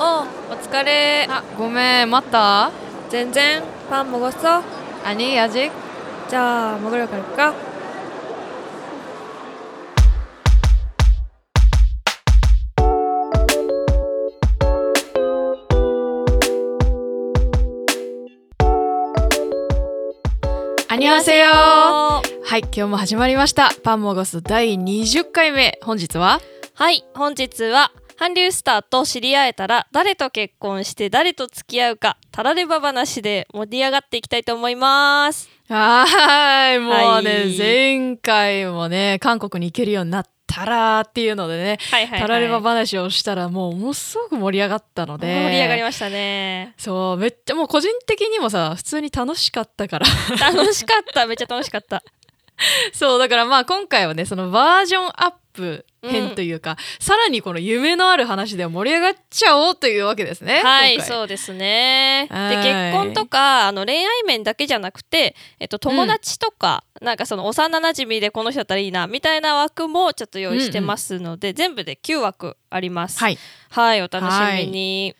おうお疲れあごめん待った全然パン먹었어 아니 아직 じゃあ먹으러갈까 안녕하세요 ははい今日も始まりましたパンモゴス第20回目本日はい本日は韓流スターと知り合えたら誰と結婚して誰と付き合うかたられば話で盛り上がっていきたいと思いますはーいもうね、はい前回もね韓国に行けるようになったらっていうのでねはいはい、はい、たられば話をしたらもうものすごく盛り上がったので盛り上がりましたねそうめっちゃもう個人的にもさ普通に楽しかったから 楽しかっためっちゃ楽しかったそうだからまあ今回はねそのバージョンアップ編というか、さらにこの夢のある話で盛り上がっちゃおうというわけですね。 はい今回そうですねではい結婚とかあの恋愛面だけじゃなくて、えっと、友達とか、なんかその幼なじみでこの人だったらいいなみたいな枠もちょっと用意してますので、全部で9枠あります、はいいお楽しみに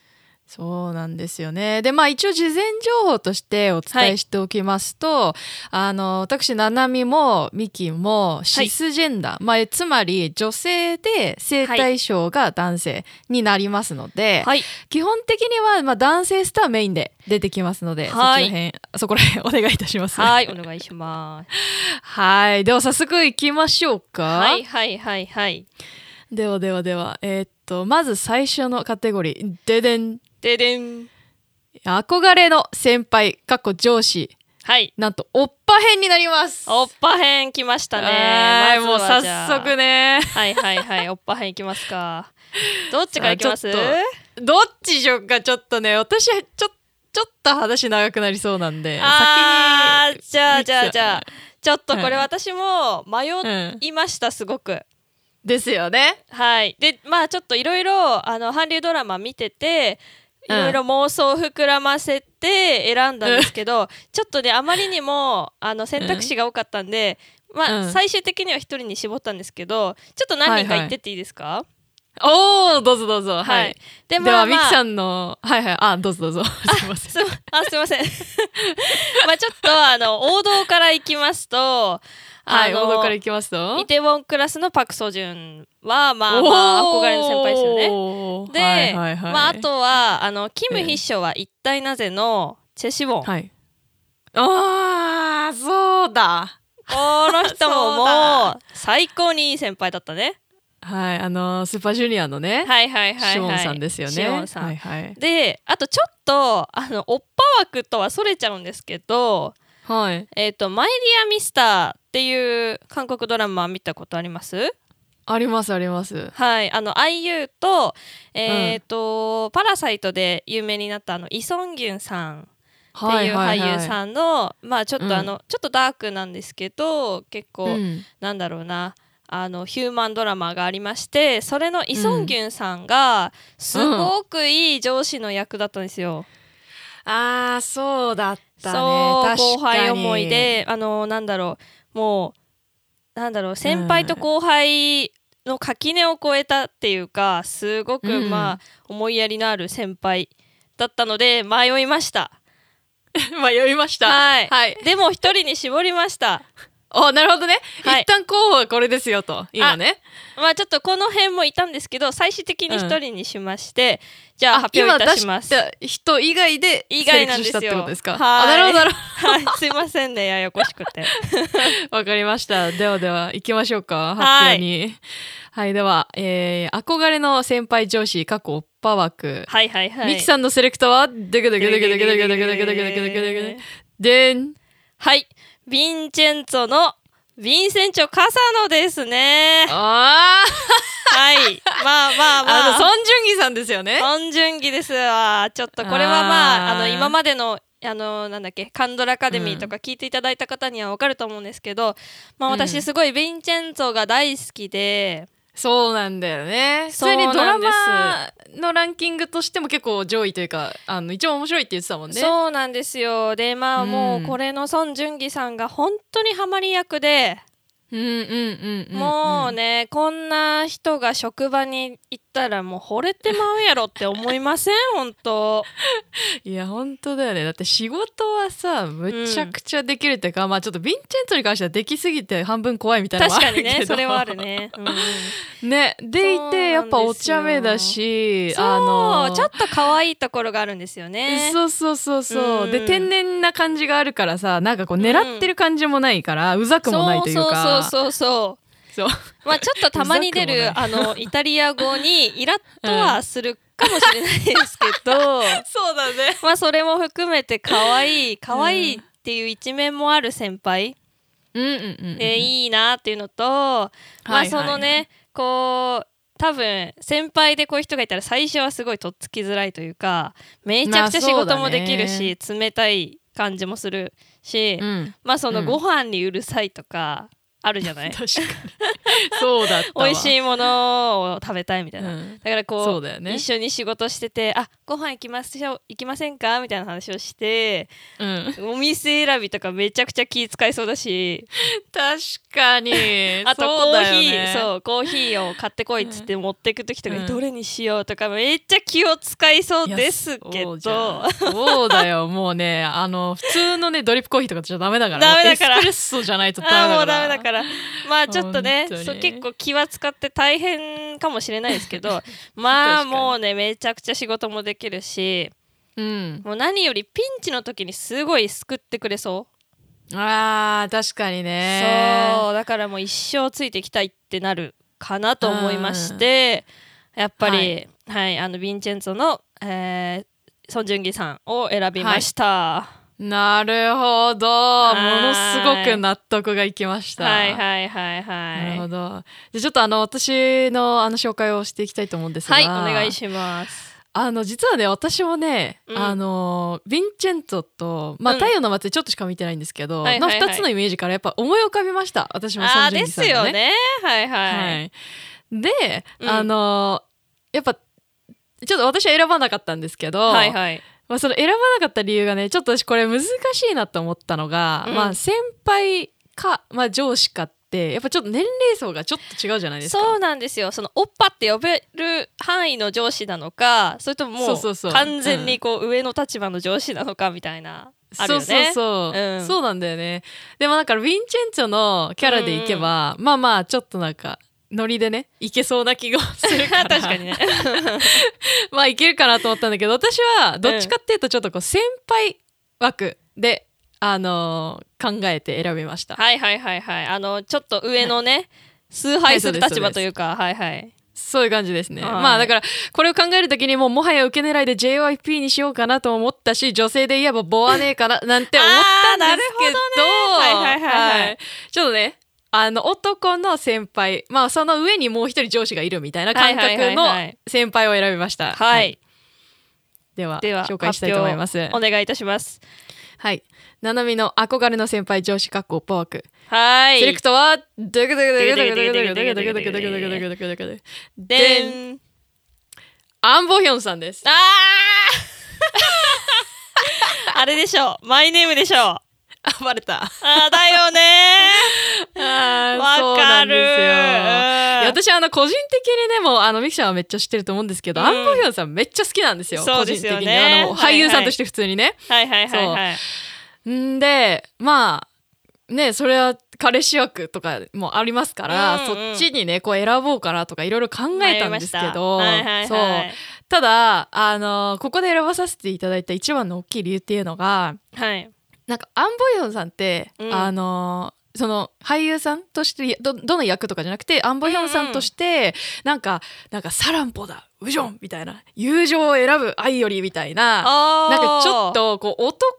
そうなんですよね。でまあ一応事前情報としてお伝えしておきますと、あの私ななみもみきもシスジェンダー、まあえつまり女性で性対象が男性になりますので、はい、基本的にはまあ男性スターメインで出てきますので、はいそっちら辺そこら辺お願いいたします。はい、お願いしますはいでは早速行きましょうか。はいはいはいはいではではではえーっとまず最初のカテゴリーででんででん憧れの先輩かっこ上司はいなんとオッパ編になります。おっぱへん来ましたねはーいもまうず早はじゃあ速ね。はいはいはいおっぱへんいきま すかどっちからいきますさあちょっどっちにしようかちょっとね私ちょちょっと話長くなりそうなんであーじゃあじゃあじゃあちょっとこ はいれ私も迷先にうんいましたすごく。ですよね。はいでまあちょっといろいろあの韓流ドラマ見てていうんろいろ妄想を膨らませて選んだんですけど、ちょっとねあまりにもあの選択肢が多かったんで、まあ、うん最終的には一人に絞ったんですけどちょっと何人か言ってっていいですかおおどうぞどうぞは。はいい、でではまあみきまあさんのはいはいあどうぞど うぞすいません。すあすいま せんまあちょっとあの王道からいきますとはいあの王道からいきますと。イテウォンクラスのパク・ソジュンはまあまあ憧れの先輩ですよね。ねで、まあ、あとはあのキム秘書は一体なぜのチェ・シウォン、はい。ああそうだ。この人もそうだもう最高にいい先輩だったね。はいあのスーパージュニアのね、はいはいはいはい。シオンさんですよね。シオンさんはいはい。であとちょっとあのおっぱ枠とはそれちゃうんですけど、はい。えっ、とマイディアミスターっていう韓国ドラマ見たことあります？ありますあります。はい、あの IU と,、えーとパラサイトで有名になったあのイ・ソンギュンさんっていう俳優ん。さんの、まあちょっうんとあの、ちょっとダークなんですけど結構、うんなんだろうなあのヒューマンドラマがありましてそれのイ・ソンギュンさんがすごくいい上司の役だったんですよ。ああそうだったね。そう確かに後輩思い。であのなんだろうもうなんだろう先輩と後輩の垣根を越えたっていうかすごくうんまあ、思いやりのある先輩だったので迷いました迷いました。はいはい。でも一人に絞りましたおなるほどね。はい一旦候補はこれですよと。今ね。まあちょっとこの辺もいたんですけど最終的に一人にしまして、じゃああ発表いたします今出した人以外で以外なんですセレクトしたよってことですか。はいあなるほどなるほはいすいませんねややこしくてど。わかりました。ではでは行きましょうか発はい表に。はい、では、えー、憧れの先輩上司過去オッパ枠。はいはいはいミキさんのセレクトはデクデクデクデクデクデクデクデクデクデクデクデンはい、ヴィンチェンツォのヴィンセンチョ・カサノですね。あーはい、まあまあまあのソあ、ン・ジュンギさんですよねソン・ジュンギですわ。ちょっとこれはまあ、あーあの今までの。あのなんだっけカンドラアカデミーとか聞いていただいた方にはわかると思うんですけど、まあ、うん私すごいヴィンチェンツォが大好きで、そうなんだよね普そう通になんですドラマのランキングとしても結構上位というかあの一番面白いって言ってたもんねそうなんですよでまあうんもうこれのソン・ジュンギさんが本当にハマり役でうんうんうんうんんもうねこんな人が職場に行ったらもう惚れてまうやろって思いま せん本当いや本当だよねだって仕事はさむちゃくちゃできるっていうか、まあちょっとヴィンチェンツォに関してはできすぎて半分怖いみたいなの確もあかるけにどねそれはある ね、うんうんねでいてやっぱお茶目だしそう、あのちょっと可愛いところがあるんですよねそうそうそうそう、うんで天然な感じがあるからさなんかこう狙ってる感じもないから、うざくもないというかそうそうそうそそううまあちょっとたまに出うざるくあのイタリア語にイラッとはするかもしれないですけ ど、そうだねまあそれも含めて可愛い可愛いっていう一面もある先輩うんうんうん、うんでいいなっていうのと、まはあいそのはいはねこう多分先輩でこういう人がいたら最初はすごいとっつきづらいというかめちゃくちゃ仕まあそうだ事ねもできるし、冷たい感じもするし、うん、まあそのうんご飯にうるさいとかあるじゃ ない、確かにそうだったわ美味しい、いものを食べたいみたいな、うんだからこうそうだよね一緒に仕事してて「あご飯行きましょう行きませんか?」みたいな話をしてうん、お店選びとかめちゃくちゃ気使いそうだし確かにあとコそうだーよヒーねそう,、コーヒーを買ってこいっつって持ってく時とかに、うんどれにしようとかめっちゃ気を使いそうですけそどうじゃ んそうだよもうねあの普通のねドリップコーヒーとかじゃダメだからダメだからエスプレッソじゃないとダメだからあーもうダメだからまあちょっとね本当にそう結構気は使って大変かもしれないですけ どまあ確かにもうねめちゃくちゃ仕事もできるしうんもう何よりピンチの時にすごい救ってくれそうあー確かにねそうだからもう一生ついていきたいってなるかなと思いまして、やっぱり、ははいあのヴィンチェンツォの、えー、ソン・ジュンギさんを選びました、はなるほどものすはごーくい納得がいきましい、たはいはいはいはいなるほどじゃあちょっとあの私のあの紹介をしていきたいと思うんですがはいお願いしますあの実はね私もね、うんあのヴィンチェンツォと、まあうん太陽の祭り」ちょっとしか見てないんですけど、はいはいはいの2つのイメージからやっぱ思い浮かびました私もあソあン・ージュンでギさすんのよね。ねはいはい、はい、で、うんあのやっぱちょっと私は選ばなかったんですけど、はいはいまあ、その選ばなかった理由がねちょっと私これ難しいなと思ったのが、うんまあ、先輩か、まあ、上司かってやっぱちょっと年齢層がちょっと違うじゃないですか。そうなんですよその「おっぱ」って呼べる範囲の上司なのかそれとももそううそうそう完全にこう、上の立場の上司なのかみたいなあるそようねそうそう、うんそうなんだよねでもなんかヴィンチェンツォのキャラでいけば、まあまあちょっとなんかノリでね いけそうな気がするから 確かにね まあいけるかなと思ったんだけど私はどっちかっていうとちょっとこう先輩枠で、あのー考えて選びました、はいはいはいはいあのちょっと上のね、崇拝する立場というかはいはいそういう感じですね、はいまあだからこれを考えるときにもうもはや受け狙いで JYP にしようかなと思ったし女性で言えばボアネーかななんて思ったんですけどあーなるほどねはいはいはいはいちょっとねあの男の先輩まあその上にもう一人上司がいるみたいな感はいは覚いのはいはい先輩を選びましたはい、ではでは紹介したいと思います発表お願いいたしますはいななみの憧れの先輩上司かっこポワークはいセレクトはでんアンボヒョンさんですあー あれでしょうマイネームでしょうああバレ たーだよねーわわかるいや私あの個人的にねもうあのミキちゃんはめっちゃ知ってると思うんですけど、うんアンボヒョンさんめっちゃ好きなんですよそうですよね個人的にはあの俳優さんとして普通にね、はいはいはいはいんでまあねそれは彼氏枠とかもありますから、うんうんそっちにねこう選ぼうかなとかいろいろ考えたんですけど、迷いましたはいはいはいそうただあのここで選ばさせていただいた一番の大きい理由っていうのがはいなんかアン・ボイヨンさんって、うんあのーその俳優さんとしてどどの役とかじゃなくてアン・ボイヨンさんとして、なんかなんかサランポだウジョンみたいな友情を選ぶ愛よりみたいなあーなんかちょっとこう男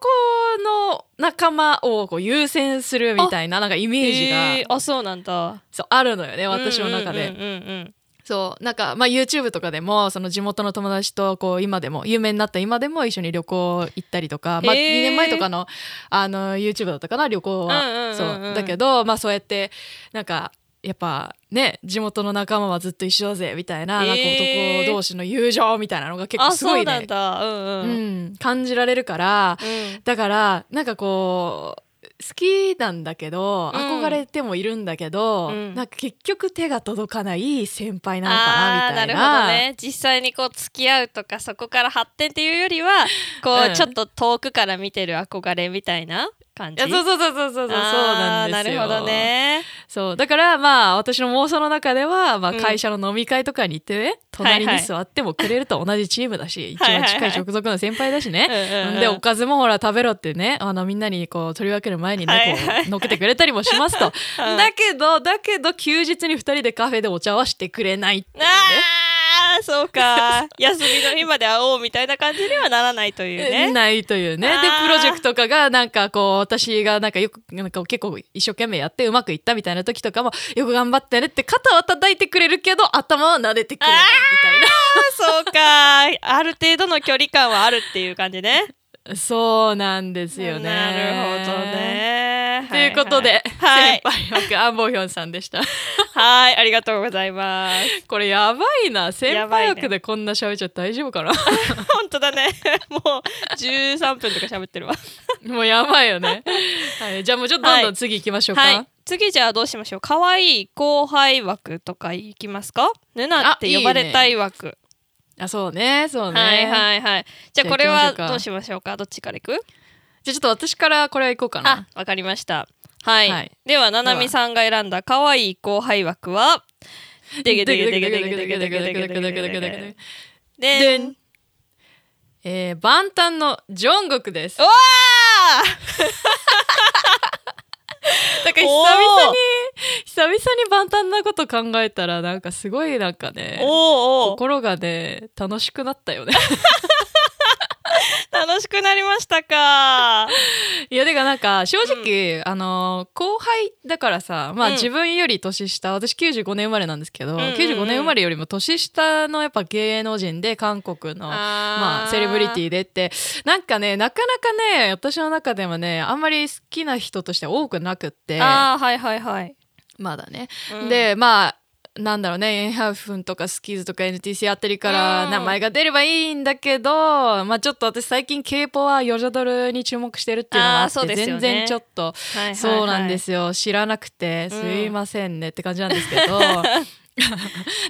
の仲間をこう優先するみたいななんかイメージが、えーあそうなんだそうあるのよね私の中で。うんうんうんうんそうなんかまあ YouTube とかでもその地元の友達とこう今でも有名になった今でも一緒に旅行行ったりとか、まあ、2へー年前とかのあの YouTube だったかな旅行うんうんうんうはんそうだけどまあそうやってなんかやっぱね地元の仲間はずっと一緒だぜみたいなへーなんか男同士の友情みたいなのが結あ構すごそういなんねだうんううんん感じられるからうんだからなんかこう好きなんだけど、うん憧れてもいるんだけど、うんなんか結局手が届かない先輩なのあかーなみたいなるほどね実際にこう付き合うとかそこから発展っていうよ りはこう、うんちょっと遠くから見てる憧れみたいな感いじやそうそうそうそうそうそうなあんーですよなるほどねそうだからまあ私の妄想の中では、まあ、うん会社の飲み会とかに行ってね、隣はいにはい座ってもくれると同じチームだし、はいはい一番近い直属の先輩だしね、うんうんうんでおかずもほら食べろってねあのみんなにこう取り分ける前にね、はいはいこう乗っけてくれたりもしますと、うんだけどだけど休日に2人でカフェでお茶はしてくれないっていうねあーそ うか休みの日まで会おうみたいな感じにはならないというねないというねであープロジェクトとかがなんかこう私がなんかよくなんか結構一生懸命やってうまくいったみたいな時とかもよく頑張ってねって肩は叩いてくれるけど頭は撫でてくれない みそうかある程度の距離感はあるっていう感じねたいなそうなんですよねなるほどねということで、は先い輩役アンボヒョンさんでしたはいありがとうございますこれやばいな先やば輩いね役でこんな喋っちゃ大丈夫かな本当だねもう13分とか喋ってるわもうやばいよね、はい、じゃあもうちょっとどんどはんい次行きましょうか、はい次じゃあどうしましょう可愛い後輩枠とかいきますかヌナって呼ばれたい枠あそうねそうねはいはいはいじゃあこれはじゃあ行きましょうかどうしましょうかどっちからいくじゃあちょっと私からこれは行こうかなあわかりましたはい、はいではななみさんが選んだ可愛い後輩枠はでげでげでげでげでげでげでげでげでげでげででんえー、万端のジョングクです。うわあだから久々に久々に万端なこと考えたらなんかすごいなんかねおーおー心がね楽しくなったよね。楽しくなりましたかいやてかなんか正直、あのー後輩だからさまあ、うん自分より年下私95年生まれなんですけど、んうんうん95年生まれよりも年下のやっぱ芸能人で韓国のままあ、セレブリティィでってなんかねなかなかね私の中ではねあんまり好きな人として多くなくってあーはいはいはい、まだね、うんでまあなんだろうねエンハウフンとかスキーズとか NTC あたりからうん名前が出ればいいんだけど、まあちょっと私最近 k p o はヨジョドルに注目してるっていうのがあっあーそうてですよ全ね然ちょっとはいはいはいそうなんですよ知らなくてうんすいませんねって感じなんですけ ど、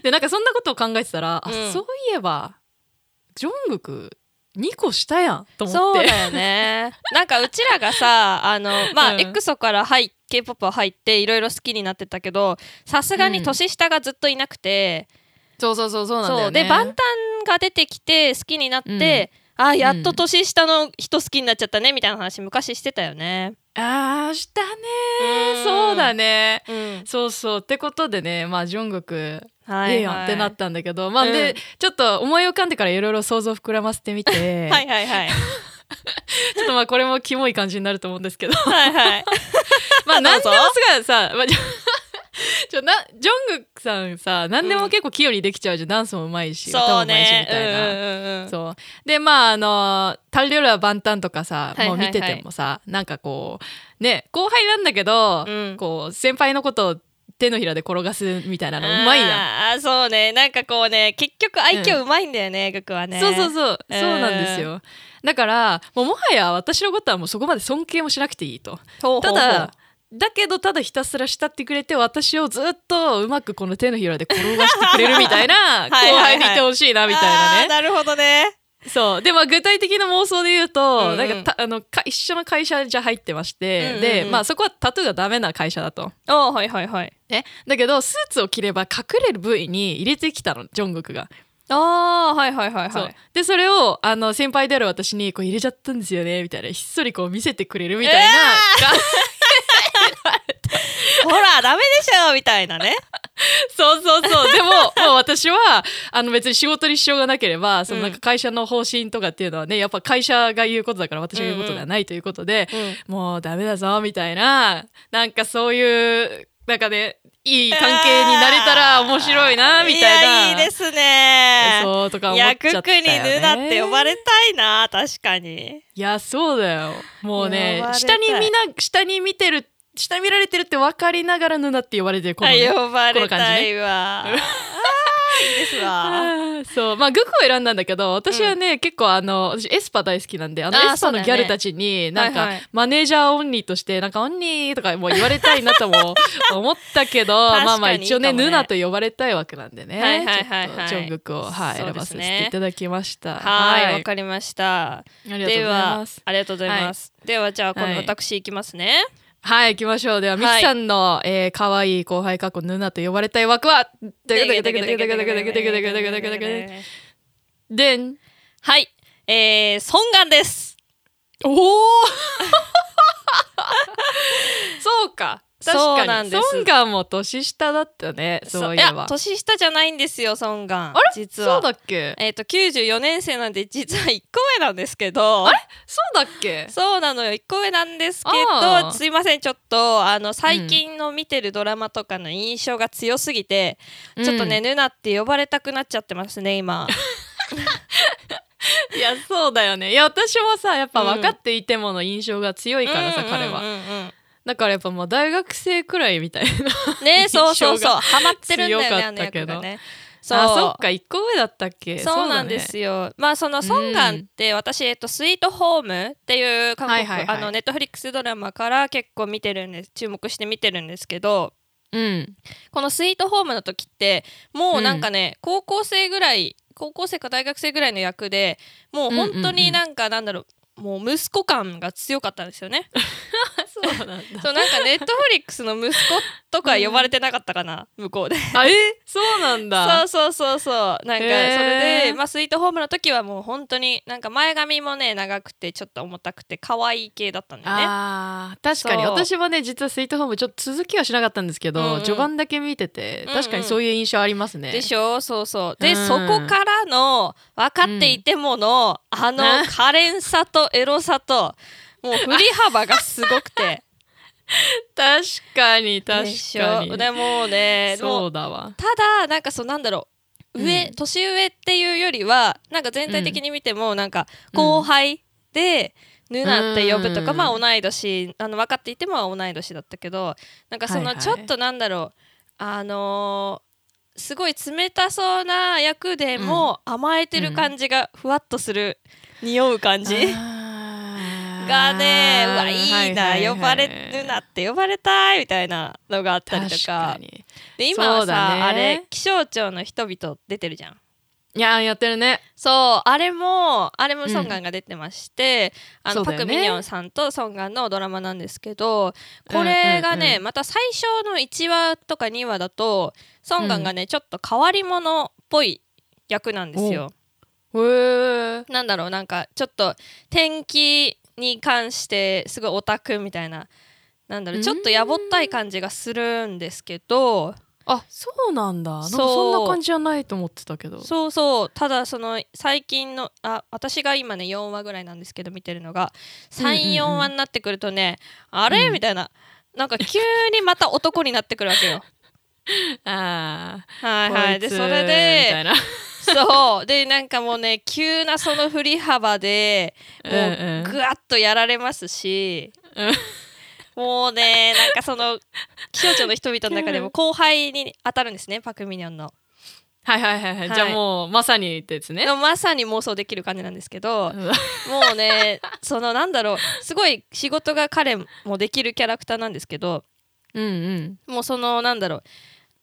でなんかそんなことを考えてたら、あうんそういえばジョングク2個下やんと思ってそうだよねなんかうちらがさ あのまあ、うん EXO から入っ K-POP 入っていろいろ好きになってたけどさすがに年下がずっといなくて、そうそうそうそうなんだそようねで万端が出てきて好きになって、あやっと年下の人好きになっちゃったねみたいな話昔してたよね。ああしたねうんそうだねうん、そうそうってことでねまあジョングクはい、ええやんってなったんだけど、まあで、うんちょっと思い浮かんでからいろいろ想像膨らませてみて、 はいはいはいちょっとまあこれもキモい感じになると思うんですけ どはい はいまあどう何でぞもすがさ、まあ、ちょ ちょなジョングクさんさ何でも結構器用にできちゃうじゃん、ダンスもうまいし歌そもううまいしみねたいな。うんうんうんうんそうでまああの「タルヨルは万端」とかさ、はいはいはいもう見ててもさなんかこうね後輩なんだけど、うんこう先輩のことを手のひらで転がすみたいなのうまいやん。あーあーそうねなんかこうね結局愛嬌うまいんだよね、僕はねそうそうそう、うんそうなんですよだからもうもはや私のことはもうそこまで尊敬もしなくていいとほうほたうほうだだけどただひたすら慕ってくれて私をずっとうまくこの手のひらで転がしてくれるみたいない後 はいは輩いでいてほしいなみたいなねあーなるほどね。そうでまあ具体的な妄想で言うと、うんうんなんかたあのか一緒の会社じゃ入ってまして、うんうんうんでまあそこはタトゥーがダメな会社だと。あーはいはいはい。ね、だけどスーツを着れば隠れる部位に入れてきたのジョングクが。ああはいはいはいそはうい。でそれをあの先輩である私にこう入れちゃったんですよねみたいなひっそりこう見せてくれるみたいな、がほらダメでしょみたいなね。 そうそうそうでももう私はあの別に仕事に支障がなければそのなんか会社の方針とかっていうのはねやっぱ会社が言うことだから私が言うことではないということで、もうダメだぞみたいななんかそういうなんかねいい関係になれたら面白いなみたいな。やいいですね。そうとかい思っやちゃったククよ、にね、ヌナって呼ばれたいな確かに。いやそうだよもうね呼ばれた下いに見な下に見てる下に見られてるって分かりながらヌナって呼ばれてるこの、はいね、呼ばれこの感たじいわ。あーいですわ。そう まあグクを選んだんだけど私はね、結構あの私エスパ大好きなんであのあーエスパのそうギだャよねルたちになんか、はいはいマネージャーオンリーとしてなんかオンリーとかもう言われたいなとも 思ったけど確かにまあまあ一応ねいいかもねヌナと呼ばれたいわけなんでね、はいはいはいはいちょっとジョングクを、はいそ選うでばすさせねていただきましたはい、わかりました。ありがとうごでざいはます、ありがとうございます。では、じゃあ、今度はい私行きますね。はい行きましょうではミキさんの、えー可愛い後輩過去ヌナと呼ばれたい枠はでんはい、えー、ソンガンです。おおそうか確かにそうなんですソンガンも年下だったねそういえばや年下じゃないんですよ、ソンガン。あれ実そうは。だっけえっ、と94年生なんで実は1個上なんですけどあそうだっけそうなのよ1個上なんですけあどーすいませんちょっとあの最近の見てるドラマとかの印象が強すぎて、ちょっとね、ヌナって呼ばれたくなっちゃってますね今うんいやそうだよねいや私もさやっぱうん分かっていてもの印象が強いからさ、彼うんはうんうんだからやっぱもう大学生くらいみたいなうん ねそうそう印そ象うハマってるんだよ強ねかあっのたけ役どがねそうあそっか一個上だったっけそうなんで、すよ、まあそのソンガンって私、えっと、スイートホームっていう韓国、はいはいはいあのネットフリックスドラマから結構見てるんです注目して見てるんですけどそうだねこのスイートホームの時ってもうなんかね、高校生ぐらい高校生か大学生ぐらいの役でもう本当になんかなんだろう,、もう息子感が強かったんですよね。うんそうなんだそうなんかネットフリックスの息子とか呼ばれてなかったかな、向こうで。 あえそうなんだそうそうそうそうなんかそへーれで、まあ、スイートホームの時はもう本当になんか前髪もね長くてちょっと重たくて可愛い系だったんだよねあー確かにそう私もね実はスイートホームちょっと続きはしなかったんですけど、うんうん序盤だけ見ててうんうん確かにそういう印象ありますね。でしょそうそうで、うんそこからの分かっていてもの、あのね可憐さとエロさともう振り幅がすごくて確かに 確でしかょに。でもうねもそううだわ。ただなんかそうなんだろう上、うん年上っていうよりはなんか全体的に見てもなんか後輩で、ヌナって呼ぶとか、うんまあ同い年あの分かっていても同い年だったけどなんかそはいのはいちょっとなんだろう、あのーすごい冷たそうな役でも甘えてる感じがふわっとする、匂う感じあーがねうわいいな、ははは呼ばれるなって呼ばれたいみたいなのがあったりと確かに。で今はそうださ、ねあれ気象庁の人々出てるじゃんいやーやってるね。そうあれもあれうもんソンガンが出てまして、あそのうだパよねク・ミニョンさんとソンガンのドラマなんですけどこれがね、うんうんうんまた最初の1話とか2話だとソンガンがね、ちょっと変わり者っぽい役なんですよ。へーなんだろうなんかちょっと天気に関してすごいオタクみたいななんだろうちょっとやぼったい感じがするんですけど。あそうなんだ。なんかそうそんな感じじゃないと思ってたけど。そうそうただその最近のあ私が今ね4話ぐらいなんですけど見てるのがうんうん34話になってくるとね、あれうんみたいななんか急にまた男になってくるわ けよ。あはあいはいでそれでもそうでなんかもうね急なその振り幅でもうぐわっとやられますし、うんもうねなんかその気象庁の人々の中でも後輩に当たるんですねパク・ミニョンの。はいはいはいはい、はいじゃあもうまさにですねで。もまさに妄想できる感じなんですけど。 うわもうねそのなんだろうすごい仕事が彼もできるキャラクターなんですけどうんうん。もうそのなんだろう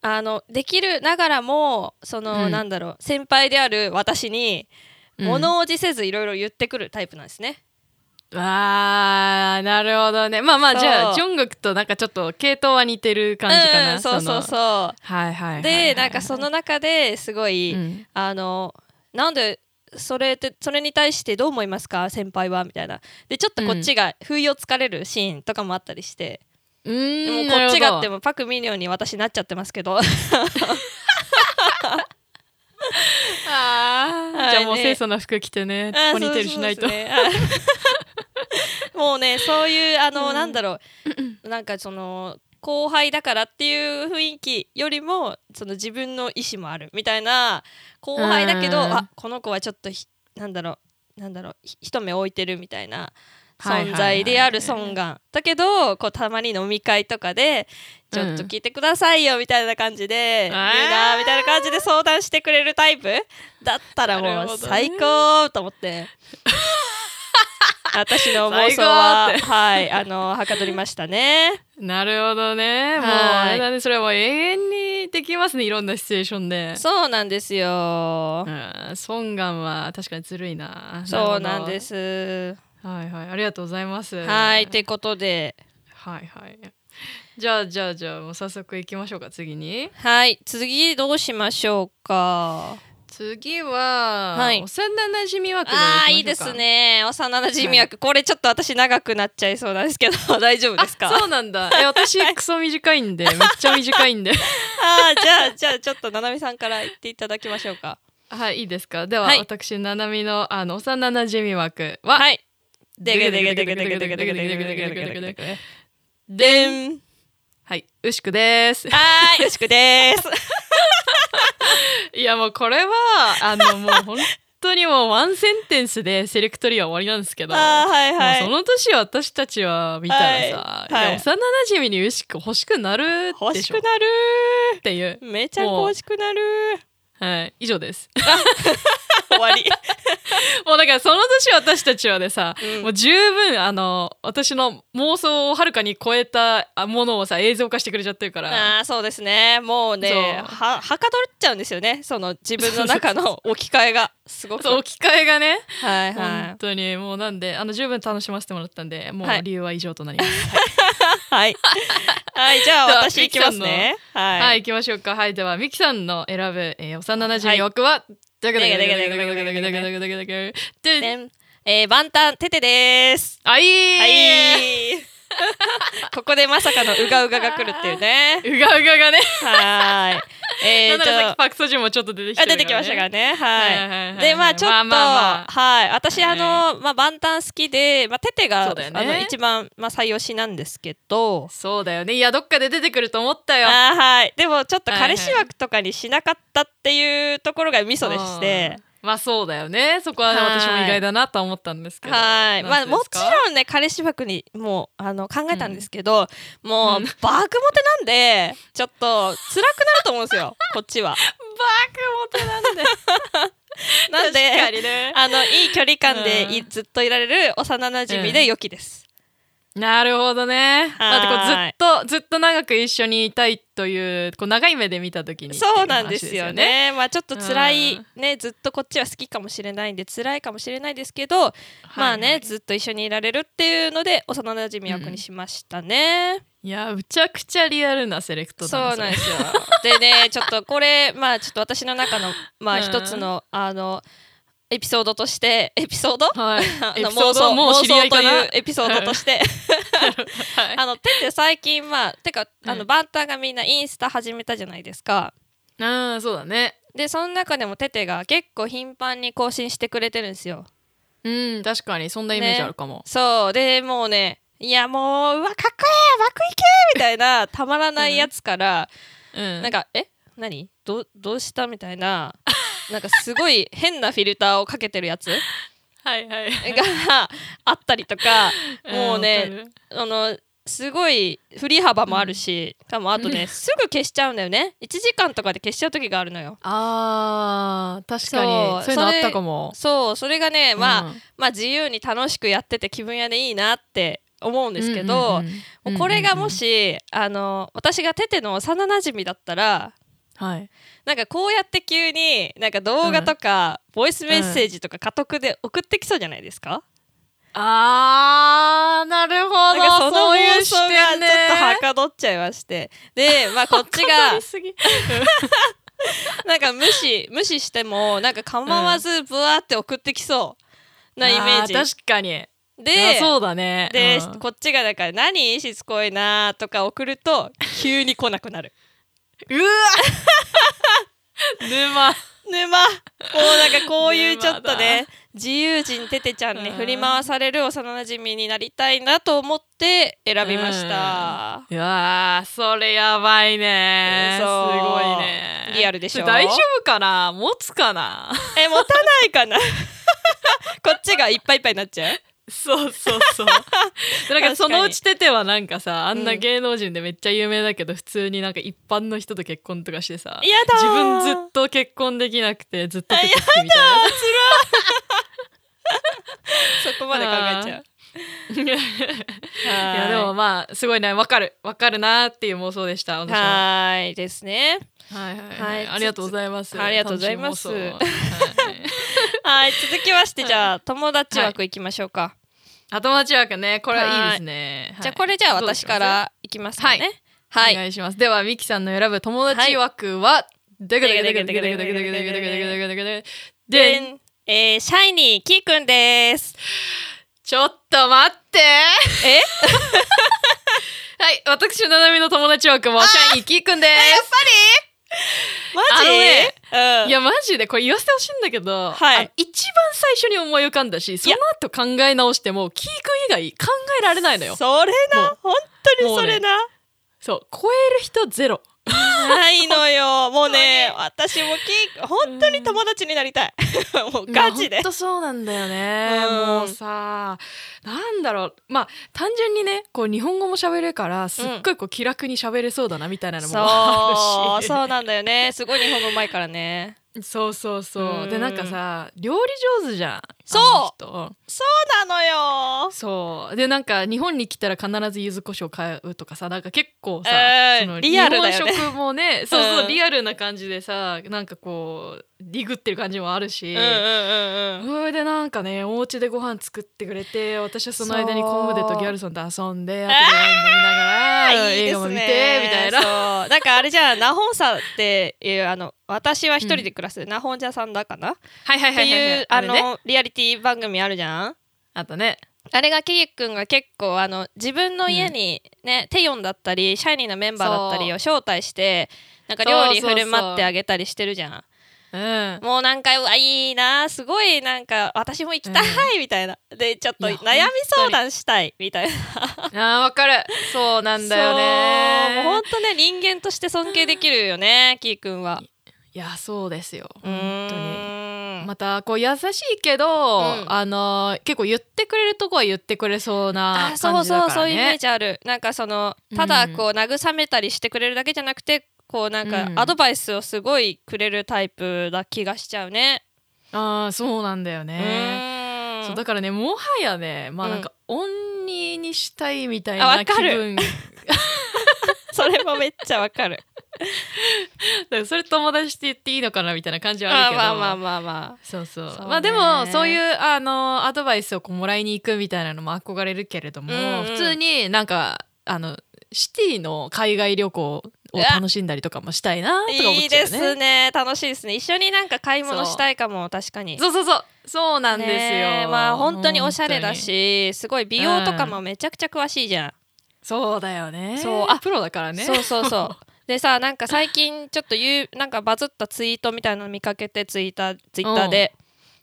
あのできるながらもその、うんなんだろう先輩である私にうん物おじせずいろいろ言ってくるタイプなんですね。わあなるほどねまあまあそうじゃあジョングクとなんかちょっと系統は似てる感じかな、うんそうそうのそはいはいはいはう。いでなんかその中ですごうい、んあのなんでそれってそれに対してどう思いますか先輩はみたいなでちょっとこっちが不意をつかれるシーンとかもあったりして、うーんでもこっちがあってももパク・ミニョンに私なっちゃってますけどあー、はいじゃあもうね清楚な服着てねあーポニーテールしないとそうそうですねもうねそういうあの、なんだろうなんかその後輩だからっていう雰囲気よりもその自分の意思もあるみたいな後輩だけどうんあこの子はちょっとひなんだろうなんだろうひ一目置いてるみたいな存在である尊厳、だけどこうたまに飲み会とかで「ちょっと聞いてくださいよ」みたいな感じで「いいな」みたいな感じで相談してくれるタイプだったらなるもほうどね最高と思って。私の妄想は最、はい、あの、はかどりましたね。なるほどね。もう、はいあれだね。それはもう永遠にできますね。いろんなシチュエーションで。そうなんですよう。ん、孫願は確かにずるいな。。そうなんですす。はいはい。ありがとうございます。はい、ってことで、はいはい。じゃあじゃあじゃあもう早速行きましょうか次にはい、次どうしましょうか。次は、はい幼なじみ枠で行きましょうあかあいいですね幼馴染役、これちょっと私長くなっちゃいそうなんですけど大丈夫ですかあそうなんだえ私クソ短いんでめっちゃ短いんであーじゃあじゃあちょっとななみさんから言っていただきましょうかはいいいですかでは、はい私ななみのあの幼なじみ枠ははいででげげででげげででげげででげげででげげででげでげでげげでげでげででげげでででんはい、うしくです。はーいよし くですいやもうこれは、あのもう本当にもうワンセンテンスでセレクトリーは終わりなんですけど。あーはいはもういその年私たちは見たらさ、はいはいいや幼馴染にうしく欲しくなる欲でししくょなっるていう、ーめちゃくちゃ欲しくなるはい、以上です。ー終わりもうだからその年私たちはでさ、うんもう十分あの私の妄想をはるかに超えたあものをさ映像化してくれちゃってるから。あーそうですねもうねそうははかどっちゃうんですよねその自分の中の置き換えがすごくそう置き換えがね、はいはい本当にもうなんであの十分楽しませてもらったんでもはいう理由は以上となります。はい。はい、じゃあでは私行きますね。はい。はい、行きましょうか。はい、では、ミキさんの選ぶ、えー、幼馴染み枠は、だけだけだけだけだけだけだけだけだけだけで、ねえー、万端テテです。あいーはい。 ここでまさかのうがうがが来るっていうね。うがうががね、はーい。えなー、んなじらさゃっあきパクソジュンもちょっと出てきてあるら出てきましたからね。はね。いはいはいははいい。で、まあちょっと、まあまあまあはい。私、あはの、まあ、万端好きで、まあ、テテそが、うだよねあの、一番、まあ、最推しなんですけど、そうだよね。いや、どっかで出てくると思ったよ。あーはい。でも、ちょっと彼は氏いはい枠とかにしなかったっていうところがミソでして、うん。まあそうだよね。そこははい私も意外だなとは思ったんですけど。はい、まなあんていうんもですちかろんね彼氏枠にもうあの考えたんですけど、もう、バークモテなんでちょっと辛くなると思うんですよ こっちは。バークモテなんで。なんで確かにね。あのいい距離感でい、うんずっといられる幼馴染みで良きです。なるほどね。はだっーてこうずっとずっと長く一緒にいたいというこう長い目で見た時にっていそうなん話ですよ。ね。まあちょっと辛いねずっとこっちは好きかもしれないんで辛いかもしれないですけど、まあはいね、はいずっと一緒にいられるっていうので幼馴染み役にしましたね。いやむちゃくちゃリアルなセレクトそうだなんねですよ。でね、ちょっとこれ、まあ、ちょっと私の中の、まあ、うん一つの、あの。エピソードとして、エピソード。それはい。 あエのピソー妄ド想もう知り合い妄想とかな。いうエピソードとして、はいあの、てって最近、まあ、てか、あうの、んバンターがみんなインスタ始めたじゃないですか。あーそうだね。で、その中でも、ててが結構頻繁に更新してくれてるんですよ。うん確かにそんなイメージあるかも。そう、で、もうね、いや、もう、うわ、かっこいい、枠いけみたいな、たまらないやつから。うんなんか「え何どどうした?」みたいななんかすごい変なフィルターをかけてるやつはいはい。があったりとかもうねんわかるあのすごい振り幅もあるし、しかもあとねすぐ消しちゃうんだよね1時間とかで消しちゃう時があるのよ。あー確かそにうそういうのあっそれたかも。そうそれがね、まあうんまあ自由に楽しくやってて気分屋でいいなって思うんですけど、うんうんうんもうこれがも、し、あの私がテテの幼なじみだったらうんうんはい、なんかこうやって急になんか動画とか、ボイスメッセージとか家督で送ってきそうじゃないですか、あーなるほどなんかそのそうい妄う視想が点ちねょっとはかどっちゃいましてでまあこっちがすぎなんか無視無視してもなんか構わずぶわって送ってきそうなイメージ、あ確かにあでそうだねで、うんこっちがなんか「何しつこいな」とか送る と急に来なくなるうわ沼 沼もうなんかこういう沼ちょっとねだ自由人テテちゃんにうん振り回される幼なじみになりたいなと思って選びました、いやーそれやばいねすそうごいねリアルでしょ大丈夫かな持つかな え持たないかなこっちがいっぱいいっぱいになっちゃうそうそうそう なんかそのうちテテはなんかさあんな芸能人でめっちゃ有名だけど、普通になんか一般の人と結婚とかしてさやだ自ー分ずっと結婚できなくてずっとテテ好きみたいなそこまで考えちゃういはーやでもまあすごいねわかるわかるなーっていう妄想でした私ははーいですねはいはいはい、はいありがとうございますありがとうございます楽しい妄想はいはい続きましてじゃあ友達枠いきましょうか、あ友達枠ねこれはいいですねじゃあこれじゃあ私かはらいきますかねいはいお願いしますではミキさんの選ぶ友達枠は、でぐでぐでぐでぐでぐでぐでぐでぐでぐでぐでぐでぐでででんんえーシャイニーキーくんですちょっと待ってえ はい私のななみの友達枠もシャイニーキーくんですマあのねうんいやマジでこれ言わせてほしいんだけど、はいあの一番最初に思い浮かんだしその後考え直してもキーくん以外考えられないのよそそれもなう本当にそれな、う超える人ゼロないの よもうね私もキー本当に友達になりたい もうガチでほんとそうなんだよね、うんもうさなんだろうまあ単純にねこう日本語も喋るからすっごいこう気楽に喋れそうだなみたいなのもあそうるし、そうなんだよねすごい日本語うまいからねそうそうそううんでなんかさ料理上手じゃんあの人そうなのよそうでなんか日本に来たら必ず柚子胡椒買うとかさなんか結構さ、うんそのリアルだよね日本食もねそうそう、うんリアルな感じでさなんかこうディグってる感じもあるし、うんうんうんうんそれでなんかねお家でご飯作ってくれて私はその間にそうコムデとギャルソンと遊んでああーとでワイン飲みながらいい映で画もす見ねてみたいなそうなんかあれじゃあナホンサっていうあの私は一人で暮らす、ナホンジャさんだかな、はいはいっていうああの、れねリアリティ番組あるじゃんあとねあれがケイ君が結構あの自分の家にね、テヨンだったりシャイニーのメンバーだったりを招待してなんか料理そうそうそう振る舞ってあげたりしてるじゃんうんもうなんかうわいいなすごいなんか私も行きたいみたいな、でちょっとい悩やみ相談したいみたいなあーわかるそうなんだよそうもうほねんとね人間として尊敬できるよねキイ君はいやそうですよう本当にーんまたこう優しいけど、んあのー結構言ってくれるとこは言ってくれそうなあそ感うじだからそねうそういうイメージあるなんかそのただこう慰めたりしてくれるだけじゃなくてこうなんかうんアドバイスをすごいくれるタイプだ気がしちゃうね。あーそうなんだようね、ーんそうだからねもはやねまあなんか、オンリーにしたいみたいあなわ気かる 分だ それもめっちゃわかる。からそれ友達って言っていいのかなみたいな感じは あるあけどまあまあまあまそうそうそうねまあでもそういうあのアドバイスをこうもらいに行くみたいなのも憧れるけれども、うんうん普通になんかあのシティの海外旅行を楽しんだりとかもしたいなあ。とか思いっいちゃうでよね。すね楽しいですね一緒になんか買い物したいかも確かにそうそうそうそうなんですよ。ねえまあ本当におしゃれだしすごい美容とかもめちゃくちゃ詳しいじゃん、本当に。そうだよね。そうあプロだからね。そうそうそう でさなんか最近ちょっとゆなんかバズったツイートみたいなの見かけてツイッターツイッターで、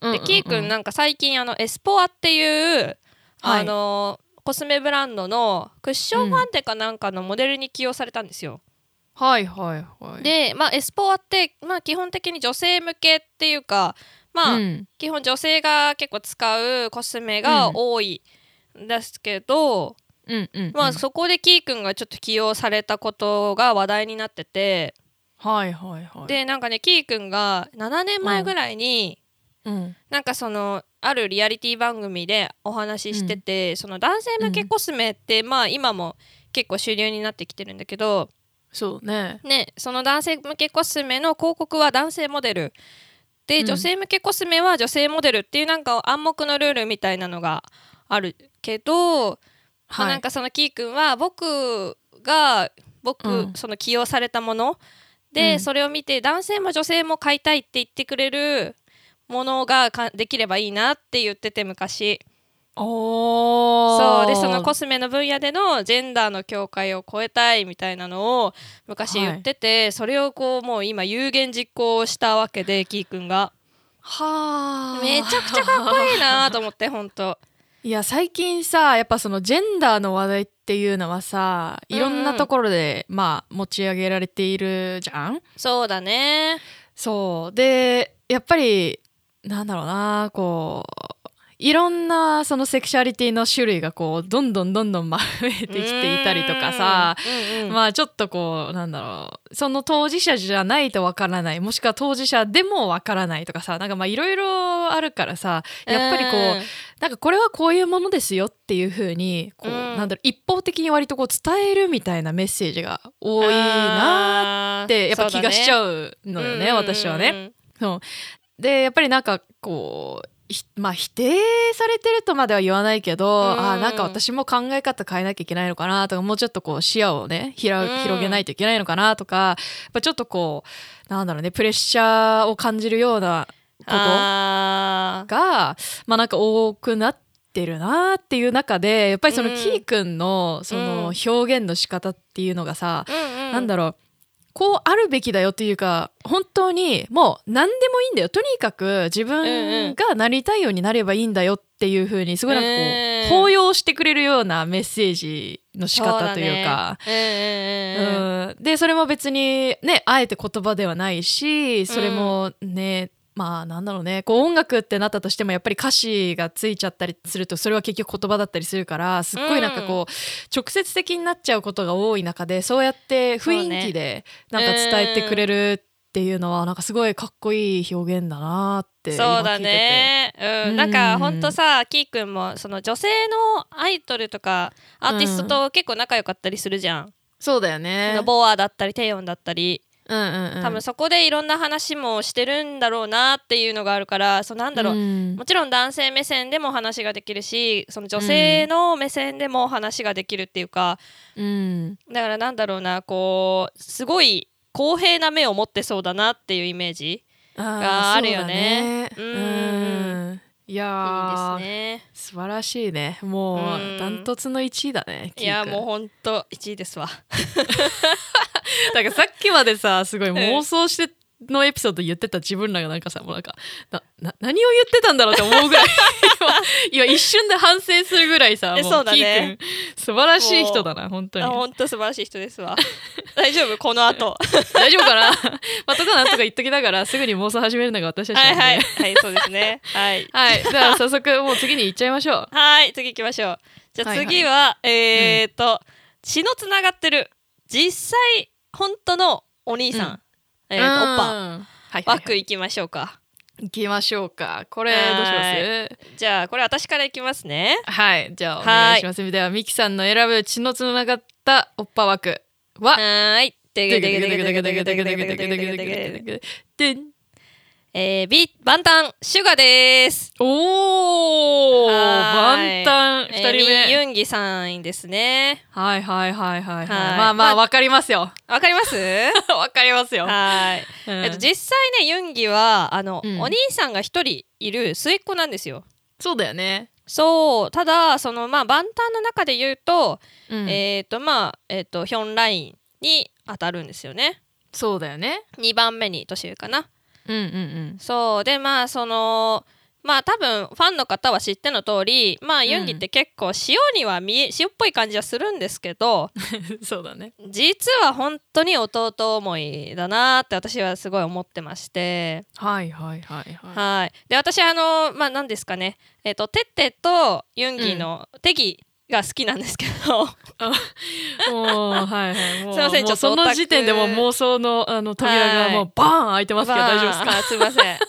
うんうんうんでキーくんなんか最近あのエスポアっていう、はいあのコスメブランドのクッションファンデかなんかのモデルに起用されたんですよ。はいはいはい。、で、まあ、エスポアって、まあ、基本的に女性向けっていうか、まあうん基本女性が結構使うコスメが多いんですけど、うんうん、まあ、そこでキーくんがちょっと起用されたことが話題になってて、はいはいはい。、でなんかねキーくんが7年前ぐらいに、うん、なんかそのあるリアリティ番組でお話ししてて、その男性向けコスメって、まあ今も結構主流になってきてるんだけど、そうね。ね、その男性向けコスメの広告は男性モデルうでん女性向けコスメは女性モデルっていうなんか暗黙のルールみたいなのがあるけど、まあなんかそのキー君は僕が僕、うんその起用されたもので、うんそれを見て男性も女性も買いたいって言ってくれるものがかできればいいなって言ってて昔おーそうでそのコスメの分野でのジェンダーの境界を超えたいみたいなのを昔言ってて、それをこうもう今有言実行したわ けでキー君がはあめちゃくちゃかっこいいなと思って本当いや最近さやっぱそのジェンダーの話題っていうのはさいろんなところで、まあ持ち上げられているじゃんそうだねそうでやっぱりなんだろうなこういろんなそのセクシャリティの種類がこうどんどんどんど んまあ増えてきていたりとかさ、うんうんうんまあちょっとこうなんだろうその当事者じゃないとわからないもしくは当事者でもわからないとかさなんかまあいろいろあるからさやっぱりこう、んなんかこれはこういうものですよっていうふうにこう、うんなんだろう一方的に割とこう伝えるみたいなメッセージが多いなーってやっぱ気がしちうゃうのよね私はね。ねでやっぱりなんかこうひまあ否定されてるとまでは言わないけど、うんあーなんか私も考え方変えなきゃいけないのかなとかもうちょっとこう視野をねひらうん広げないといけないのかなとかやっぱちょっとこうなんだろうねプレッシャーを感じるようなことがあーまあなんか多くなってるなっていう中でやっぱりそのうんキーくんのその表現の仕方っていうのがさ、うんうんなんだろうこうあるべきだよというか本当にもう何でもいいんだよとにかく自うんう分んがなりたいようになればいいんだよっていう風にすごいなんかこう、うん包容してくれるようなメッセージの仕方というか。そうだねうんうんうんうんうんでそれも別にねあえて言葉ではないしそれもね、まあなんだろうねこう音楽ってなったとしてもやっぱり歌詞がついちゃったりするとそれは結局言葉だったりするからすっごいなんかこう、直接的になっちゃうことが多い中でそうやって雰囲気でなんか伝えてくれるっていうのはなんかすごいかっこいい表現だなって今そう聞だいてて。ね、ううんん、なんかほんとさキーくんもその女性のアイドルとかアーティストと結構仲良かったりするじゃん、そうだよあねの。ボアだったりテヨンだったりうんうんうん。多分そこでいろんな話もしてるんだろうなっていうのがあるからそうなんだろう、うんもちろん男性目線でも話ができるしその女性の目線でも話ができるっていうか、うんだからなんだろうなこうすごい公平な目を持ってそうだなっていうイメージいいあがーあるよねそうだうんうんいやですーね素晴らしいねもううんダントツの1位だねいやもううほんと1位ですわだからさっきまでさすごいん妄想してのエピソード言ってた自分らがなんかさもうなんかなな何を言ってたんだろうって思うぐ らい今今一瞬で反省するぐらいさもえそうだねキー君素晴らしい人だな本当にあ本当素晴らしい人ですわ大丈夫この後大丈夫かな まあとかなんとか言っときながらすぐに妄想始めるのが私たちなはんいではいはいそうですねはいはい、じゃあ早速もう次に行っちゃいましょうはい次行きましょうじゃあはいはい次は、えー、っと、血のつながってる実際本当のお兄さん、うんえー、とおっぱうんはいはいはいバック行きましょうか行きましょうかこれどはうしまーすじゃあこれ私から行きますねはいじゃあお願いしますではミキさんの選ぶ血のつながったおっぱ枠ははーいでげでげでげでげでげでげでげでげでげでげでげえー、ビバンタンシュガですおーは万ーい端 二えー人ミン目ユンギさんですねはいはいはいはいはいはいまあままああわかりますよわかります わかりますよはいうんえっと、実際ねユンギはあの、うんお兄さんが一人いる末っ子なんですよ。そうだよねそうただそのまあ万端の中で言うと、うんえっ、とまあえっ、とヒョンラインに当たるんですよね。そうだよね2番目に年上かな。うんうんそうでまあそのまあ多分ファンの方は知っての通りまあユンギって結構塩には見え塩っぽい感じはするんですけどうんそうだね実は本当に弟思いだなって私はすごい思ってまして。はいはいはいははい、で私あのまあ何ですかねえっ、とテッテとユンギのテギが好きなんですけど、いもうはいはいもうすいませもうんちょっとそオタクの時点でもう妄想のあの扉がもうバーン開いてますけどまあ大丈夫ですかあすいません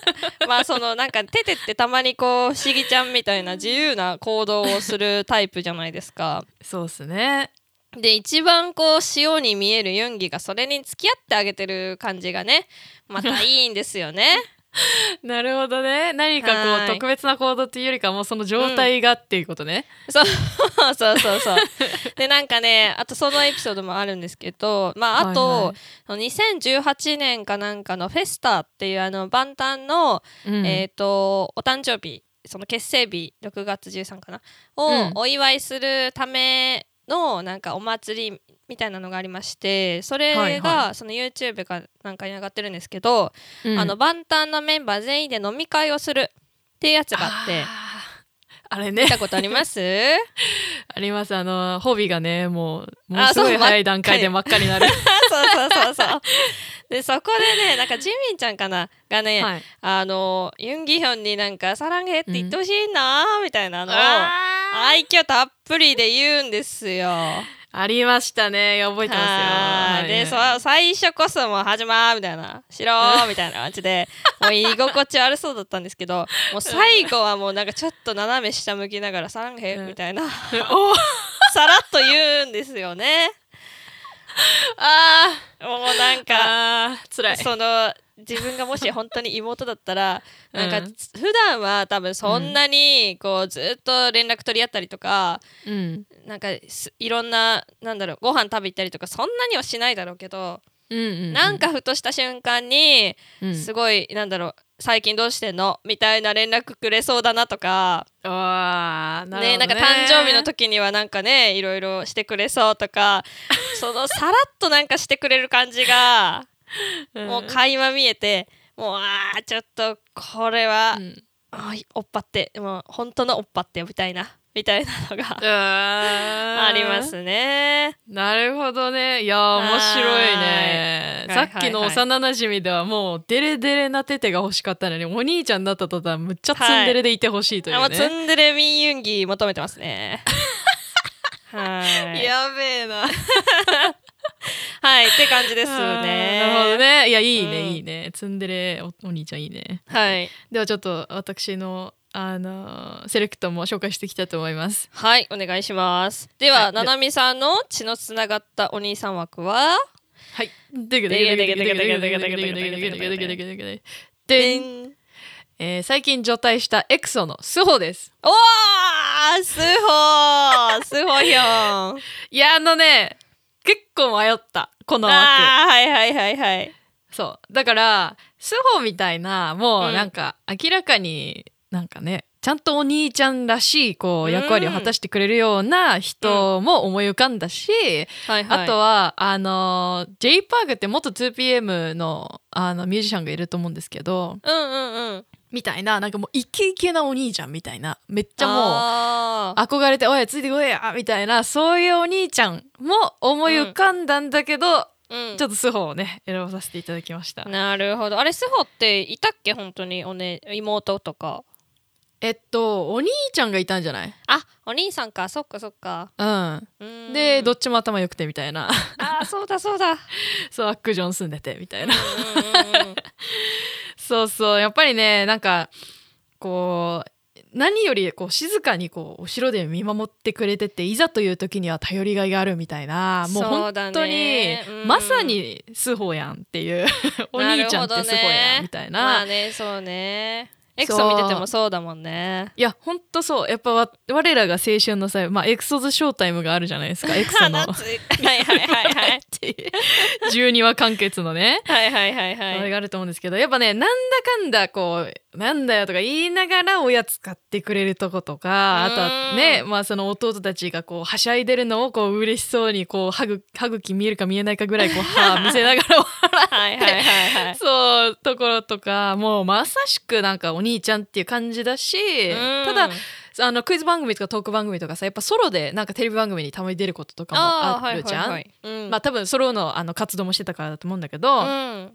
まあそのなんかテテってたまにこう不思議ちゃんみたいな自由な行動をするタイプじゃないですかそうっすねで一番こう塩に見えるユンギがそれに付き合ってあげてる感じがねまたいいんですよねなるほどね何かこはうい特別な行動っていうよりかはもうその状態がっていうことね、そうそうそうそうでなんかねあとそのエピソードもあるんですけどまああと、2018年かなんかのフェスタっていうあの万端の、はいはい、えっ、とお誕生日その結成日6月13かなをうんお祝いするためのなんかお祭りみたいなのがありましてそれが、はいはその YouTube かなんかに上がってるんですけど、うんあの万端のメンバー全員で飲み会をするっていうやつがあってああれ見ね、たことありますあります。あの、ホビがね、もう、ものあすそうごい早い段階で真っ赤になる。 そうそうそうそうでそこでねなんかジミンちゃんかながね、はい。あのユン・ギヒョンになんか「サランヘって言ってほしいな」みたいなのをあ愛嬌たっぷりで言うんですよ。ーありましたね。覚えてますよ。ははいいでそう最初こそもう始まーみたいな「しろー」みたいな感 じでもう居心地悪そうだったんですけどもう最後はもうなんかちょっと斜め下向きながら「サランヘみたいなおーさらっと言うんですよね。あもうなんーかあー、辛い。その自分がもし本当に妹だったら、うんなんかつ普段は多分そんなにこうずっと連絡取り合ったりとか、うん。なんかすいろんななんだろうご飯食べ行ったりとかそんなにはしないだろうけど、うんうん。なん、かふとした瞬間に、うん、すごいなんだろう最近どうしてんのみたいな連絡くれそうだなとかあーなるねほどねなんか誕生日の時にはなんかねいろいろしてくれそうと かそのさらっとなんかしてくれる感じが うんもう垣間見えてもうあーちょっとこれはう、んおいおっぱってもう本当のおっぱってみたいなみたいなのがあありますね。なるほどねいやー面白いねはーいさっきのはいはいはい幼なじみではもうデレデレなテテが欲しかったのにお兄ちゃんになった途端むっちゃツンデレでいてほしいというあもうツね、ンデレミンユンギ求めてま すね。はい。やべえな はいって感じですあね。ーなるほど。ねいやいいね、うんいいねツンデレおお兄ちゃんいいねはいではちょっと私のあのーセレクトも紹介していきたいと思いますはいお願いします。では、はいななみさんの血のつながったお兄さん枠ははいででんん。えー最近除隊したエクソのスホですおーすほーすほひょ んいやあのね結構迷ったこの枠あーはいはいはいはいそうだからスホみたいなもううんなんか明らかになんかねちゃんとお兄ちゃんらしいこううん役割を果たしてくれるような人も思い浮かんだし、はいはいあとはあの J パークって元 2PM のあのミュージシャンがいると思うんですけどうんうんうんみたいななんかもうイケイケなお兄ちゃんみたいなめっちゃもうあー憧れて「おいついてこいや」みたいなそういうお兄ちゃんも思い浮かんだんだけど、うんちょっとスホをね選ばさせていただきました、なるほどあれスホっていたっけ本当におね妹とかえっとお兄ちゃんがいたんじゃないあお兄さんかそっかそっかううーんんでどっちも頭良くてみたいな あーそうだそうだうんそうアックジョン住んでてみたいなうんうんそうそうやっぱりねなんかこう何よりこう静かにこうお城で見守ってくれてていざという時には頼りがいがあるみたいなもうそ本うだね当にうんまさにスホやんっていう お兄ちゃんってスホやんみたいなまあねそうねエクソ見ててもそうだもんねいやほんとそうやっぱわ我らが青春の際、まあ、エクソズショータイムがあるじゃない ですかエクソのあ懐はいはいはいはい 12話完結のねはいはいはいあはれいがあると思うんですけどやっぱねなんだかんだこうなんだよとか言いながらおやつ買ってくれるとことかあとはね、うまあ、その弟たちがこうはしゃいでるのをこう嬉しそうにこう歯ぐ歯茎見えるか見えないかぐらい こう歯見せながらはいはいはいはいそうところとかもうまさしくなんかお兄ちゃんっていう感じだし、うんただあのクイズ番組とかトーク番組とかさやっぱソロでなんかテレビ番組にたまに出ることとかもあるじゃん。あーはいはいはいうんまあ多分ソロのあの活動もしてたからだと思うんだけど、うん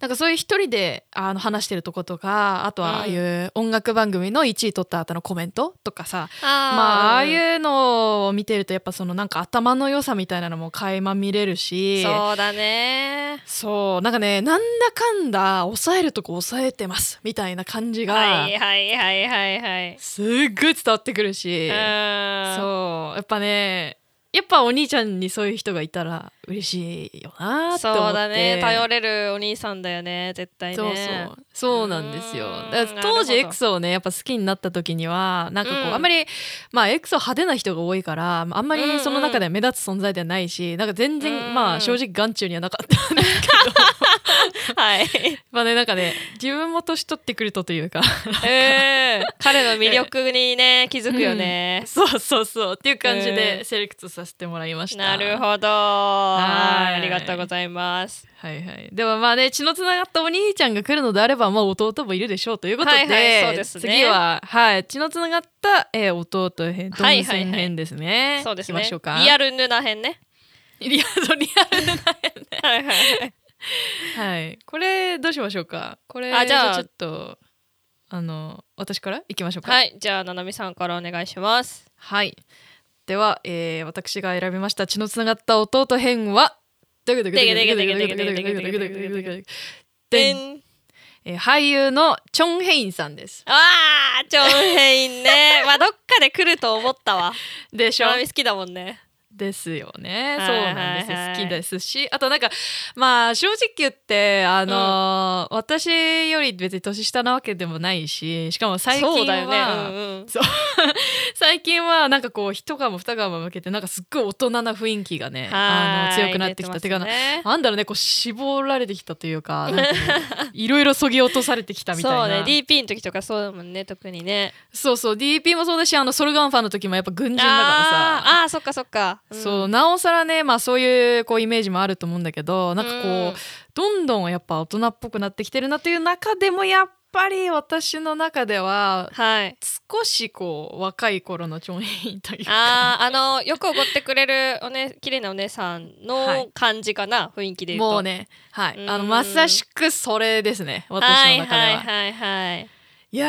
なんかそういう一人であの話してるとことかあとはああいう音楽番組の1位取った後のコメントとかさ、まあああういうのを見てるとやっぱそのなんか頭の良さみたいなのも垣間見れるしそうだねそうなんかねなんだかんだ抑えるとこ抑えてますみたいな感じが、はいはいはいはいはいすっごい伝わってくるし、うんそうやっぱねやっぱお兄ちゃんにそういう人がいたら嬉しいよなって思ってそうだね頼れるお兄さんだよね絶対ねそうそうそうなんですようーんだから当時エなるほどクソをねやっぱ好きになった時にはなんかこう、うんあんまりまあエクソ派手な人が多いからあんまうんうりんその中では目立つ存在ではないしなんか全然、うんうん まあ正直眼中にはなかったんだけどはい。まあねなんかね自分も年取ってくるとというか うん彼の魅力にね気づくよね。そうそうそうっていう感じうでんセレクトさせてもらいました。なるど。ほど。はいはいありがとうございます。はいはい。でもまあね血のつながったお兄ちゃんが来るのであればまあ弟もいるでしょうということで,、はいはいそうですね次ははい血のつながった、えー弟編トはいムはいはセいン編ですね。そうです行きね。ましょうか。リアルヌナ編ね。リアルリアルな編ね。はいはいはい。はい。これどうしましょうか。これあじゃあちょっとあの私から行きましょうか。 はい、じゃあななみさんからお願いします。はい。では、えー、私が選びました血のつながった弟編は。でえーん。俳優のチョン・ヘインさんです。あー、チョンヘイ ンね。まあどっかで来ると思ったわ。でしょななみ好きだもんね。ですよね。はいそうなんですよはいはい好きですしあとなんかまあ正直言ってあのー私より別に年下なわけでもないししかも最近はそうだよね。うんうん。最近はなんかこう一釜二釜向けてなんかすっごい大人な雰囲気がねあの強くなってきた。てかなね、なんだろうねこう絞られてきたという かなんかもういろいろそぎ落とされてきたみたいなそうね DP の時とかそうだもんね特にねそうそう DP もそうだしあのソルガンファンの時もやっぱ軍人だからさあーあーそっかそっか、んそうなおさらね、まあ、そういうこうイメージもあると思うんだけどなんかこう、うんどんどんやっぱ大人っぽくなってきてるなという中でもやっぱり私の中でははい少しこう若い頃のチョン・ヘインというかあーあのよくおごってくれるおね綺麗なお姉さんの感じかな、雰囲気で言うともうね、はい、あのうんまさしくそれですね私はいの中では。はいはいはいいや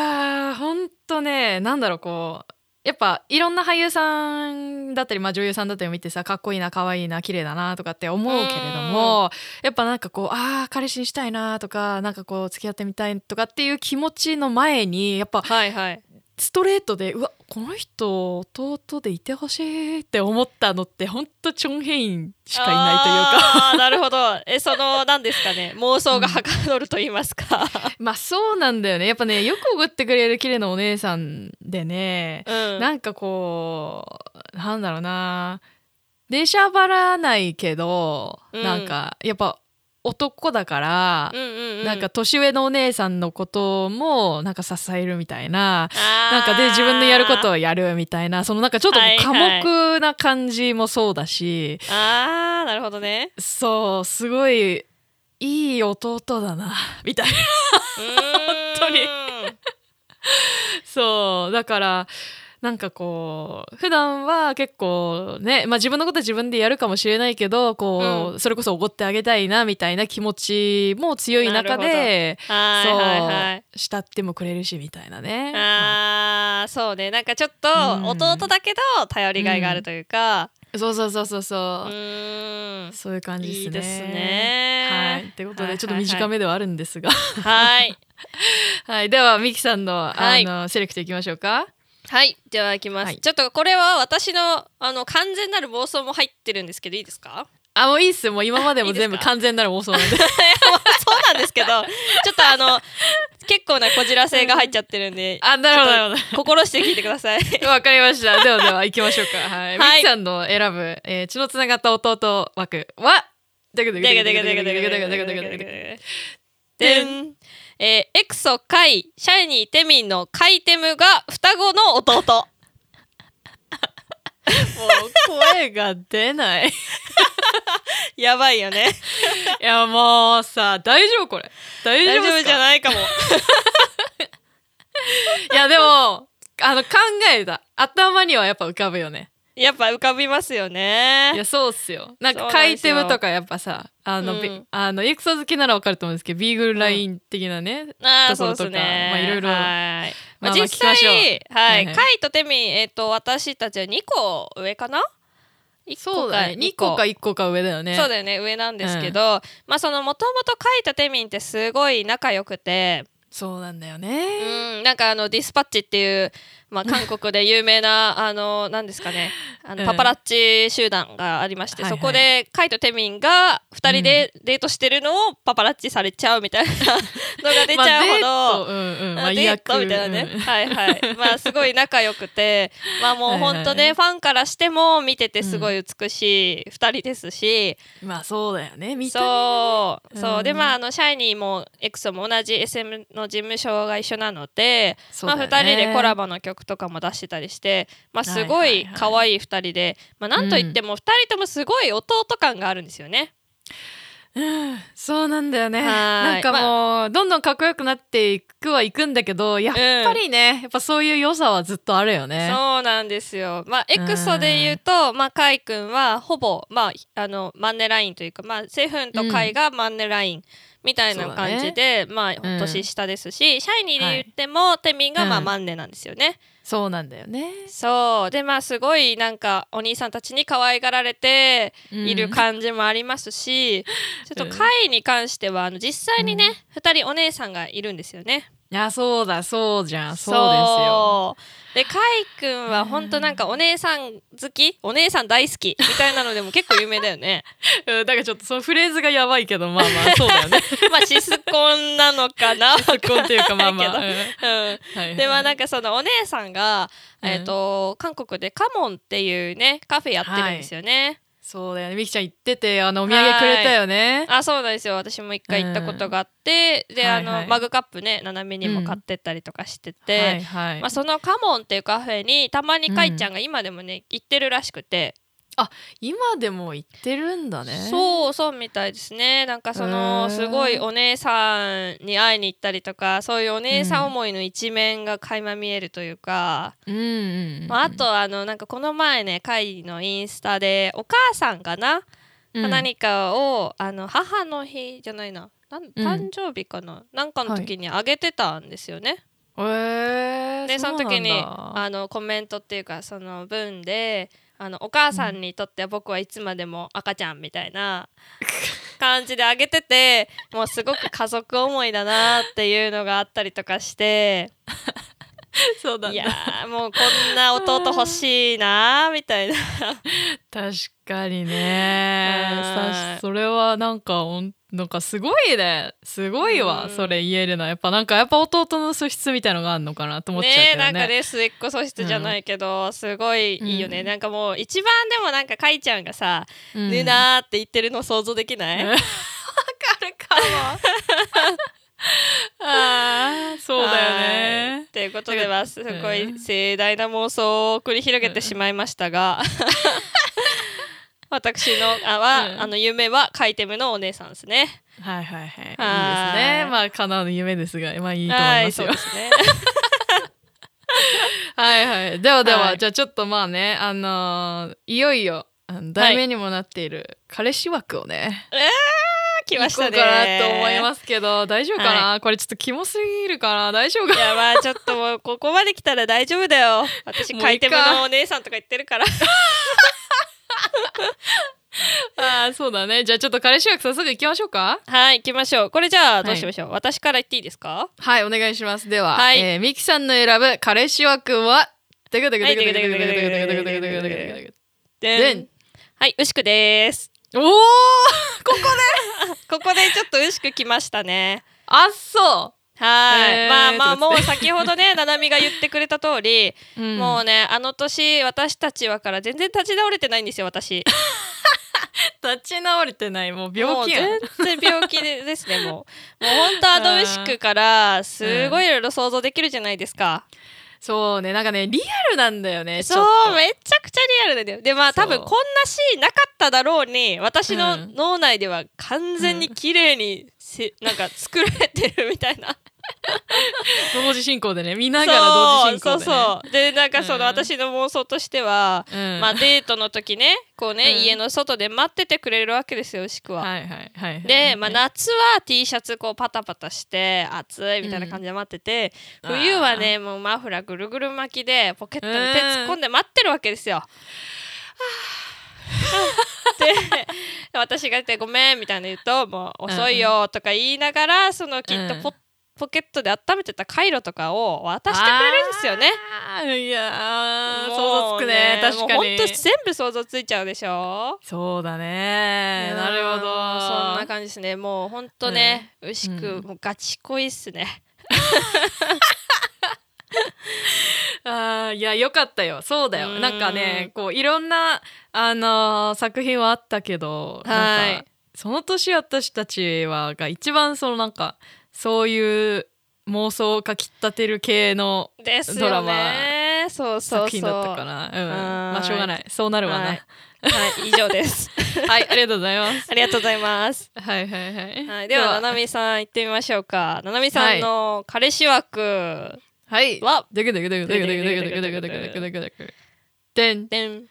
ーほんとねなんだろうこうやっぱいろんな俳優さんだったり、まあ、女優さんだったり見てさかっこいいな可愛いな綺麗だなとかって思うけれどもやっぱなんかこうあー彼氏にしたいなとかなんかこう付き合ってみたいとかっていう気持ちの前にやっぱはいはいストレートでうわこの人弟でいてほしいって思ったのってほんとチョン・ヘインしかいないというか。あーなるほどえその何ですかね妄想がはかどると言いますか、まあそうなんだよねやっぱねよくおごってくれる綺麗なお姉さんでねうん、なんかこうなんだろうな出しゃばらないけど、うんなんかやっぱ男だからう、んうんうん、なんか年上のお姉さんのこともなんか支えるみたいな。ななんかで自分のやることあをやるみたいなそのなんかちょっともうはい寡はい黙な感じもそうだし、ーあーなるほど ねそうすごいいい弟だなみたいな本当にそうだからなんかこう普段は結構ね、まあ、自分のことは自分でやるかもしれないけどこう、それこそおごってあげたいなみたいな気持ちも強い中ではいはいはいそう慕ってもくれるしみたいなね。あーそうねなんかちょっとうん弟だけど頼りがいがあるというか、そうそうそうそううそう、ーん、そういう感じですね。いいですねはい、ってことはいではいはいちょっと短めではあるんですが、 ははいい、ではミキさんの,、はいあのセレクトいきましょうか。はいではいきます、はいちょっとこれは私のあの完全なる妄想も入ってるんですけどいいですかあもういいっすよもう今までも全 いい部ですか完全なる妄想なんで。 いやもうそうなんですけどちょっとあの結構なこじらせが入っちゃってるんであなるほどなるほど。心して聞いてくださいわかりました。ではでは行きましょうか。はい。ミはいキさんの選ぶ、えー血のつながった弟枠は、でけでけでけでけでけでけでけでけでけでけでん、えーエクソカイシャイニーテミンのカイテムが双子の弟もう声が出ない。いやばいよねやもうさ、大丈夫これ。大大丈夫丈で夫すじゃかないかもいやでも、あの考えた。頭にはやっぱ浮かぶよね。やっぱ浮かびますよいやねそうっすよ。なんそかうなん買でいすよ手ムとかやっぱさ、あの、びうんあのエクソ好きならわかると思うんですけど、ビーグルライン的なね。あーとこそうろとかですねまあいろいろはいまあまあまあ実際聞きましょうははいいはいカイとテミンえっ、と私たちは2個上かな一そうだね。2個か1個か上だよね。そうだよね上なんですけど、まあそのもともとカイとテミンってすごい仲良くてそうなんだよね。うん、なんかあのディスパッチっていう まあ、韓国で有名なあの何ですかねあのパパラッチ集団がありまして、はいはいそこでカイとテミンが2人でデートしてるのをパパラッチされちゃうみたいなのが出ちゃうほど。まあデートうんうんまああ、デートみたいなね、はいはいまあすごい仲良くてまあもう本はいは当ね、いファンからしても見ててすごい美しい2人ですし、うん まあそうだよね見た目そう、うんそうでまああのシャイニーもエクソも同じ SM の事務所が一緒なので、そうだまあよね2人でコラボの曲とかも出してたりして、まあ、すごはいはいいはい可愛い2人で、まあ、なんといっても2人ともすごい弟感があるんですよね。うんそうなんだよねはいなんかもう、どんどんかっこよくなっていくはいくんだけどやっぱりね、やっぱそういう良さはずっとあるよねそうなんですよ、まあ、エうんクソで言うと、まあ、カイ君はほぼ、まあ、あのマンネラインというか、まあ、セフンとカイがマンネラインみたいな感じで、まあ、うん年下ですし、シャイニーで言っても、テミンが、まあ、うんマンネなんですよね。そうなんだよねそうでまあすごいなんかお兄さんたちに可愛がられている感じもありますし、ちょっと会に関してはあの実際にね、二2人お姉さんがいるんですよね。いやそうだそうじゃんそうそうでカイくんは本当なんかお姉さん好きお姉さん大好きみたいなのでも結構有名だよね。です ようんだからちょっとそのフレーズがやばいけどまあまあそうだよ ねまあシスコンなのか な。結婚っていうかまあまあ、わかんないうんはいでまあなんかそのお姉さんが、うんえっと韓国でカモンっていうねカフェやってるんですよね。そうだよねみきちゃん行っててあのお土産くれたよねあそうなんですよ私も一回行ったことがあって、であの、はいはいマグカップね斜めにも買ってったりとかしてて、はいはい、まあ、そのカモンっていうカフェにたまにかいちゃんが今でもね行ってるらしくて、今でも行ってるんだねそうそうみたいですねなんかそへーのすごいお姉さんに会いに行ったりとかそういうお姉さん思いの一面が垣間見えるというか、うんうんうんまあ、あとあのなんかこの前ねかいのインスタでお母さんかなうん何かをあの母の日じゃないななん誕生日かな、なんかの時にあげてたんですよね。へえでその時にうなんだあのコメントっていうかその文であの「お母さんにとっては僕はいつまでも赤ちゃん」みたい な感じであげててもうすごく家族思いだなっていうのがあったりとかしてそうだいやーもうこんな弟欲しいなーみたいな。確かにね はいさそれはなんかほんなんかすごいねすごいわ、うんそれ言えるのはやっぱなんかやっぱ弟の素質みたいのがあるのかなと思っちゃうねけえどねなんかね末っ子素質じゃないけど、すごいいいよね、うんなんかもう一番でもなんかかいちゃんがさ「うんぬ、な」って言ってるの想像できない、うんわか るかもあーそうだよはいねということではすごうんい盛大な妄想を繰り広げてしまいまし たが、私のあは、うんあの夢はカイテムのお姉さんですね。はいはいはいいいですねはいまあかなう夢ですがまあいいと思はいまいすそようで すね。はいはい。ではでは、はいじゃあちょっとまあね、あのーいよいよ、あの題名にもなっている、彼氏枠をね、来ましこたうね。かなと思いますけど、大丈夫かな、これちょっとキモすぎるかな大丈夫かいやまあちょっともうここまで来たら大丈夫だよ。私もういいかカイテムのお姉さんとか言って るから。なあーそうだね。じゃあちょっと彼氏枠早速行きましょうか。はい、行きましょう。これじゃあどうしましょう。私から言っていいですか？はい、お願いします。では、はいえーミキさんの選ぶ彼氏枠は、てくてくてくてくてくてくてくてくてくてくてくてくてででんん。はい、牛久です。おーここここでちょっと牛久来ましたね。あっそはい、えーまあまちあょっもとう待先ほど ね、ななみが言ってくれた通り、う、もううね、あの年私たちはから全然立ち直れてないんですよ、私。立ち直れてない、もう病気やん。もう全然病気でで すね、もう。もう本当あの牛久からすごいいろいろ想像できるじゃないですか。そうね、なんかね、リアルなんだよね。ちそょっとうめちゃくちゃリアルなんだよでまあそう多分こんなシーンなかっただろうに私のうん脳内では完全に綺麗にせ、なんか作られてるみ たいな同時進行でね見ながら同そう時進そ行うで、ね、そうでなんかそのうん私の妄想としては、うんまあデートの時ねこうね、うん家の外で待っててくれるわけですよ牛久は。はいはいはいはいで、まあ、夏は T シャツこうパタパタして暑いみたいな感じで待ってて、うん冬はねもうマフラーぐるぐる巻きでポケットに手突っ込んで待ってるわけですよ。 で私が言って「ごめん」みたいな言うと「もう遅いよ」とか言いながらそのきっとうんポッポケットで温めてたカイロとかを渡してくれるんですよね。あー。いやー、もう想像つくね。確かもうにほん。と全部想像ついちゃうでしょそうだね。なるほど。そんな感じですねもうほんとね、牛くん、もうガチ恋っすねあーいやよかったよそうだよ、うんなんかねこういろんな、あのー作品はあったけどはいなんかその年私たちはが一番そのなんかそういう妄想をかきたてる系のですよ ねドラそうそうそ作う品だったかなうんはーいまあしょうがないそうなるわなははいい、はい以上です ありがとうございますありがとうございます、はいはいはい、はい、ではななみさん行ってみましょうかななみさんの彼氏枠はいは、でくでくでくでくでくでくでくでくでくでくでくでんでん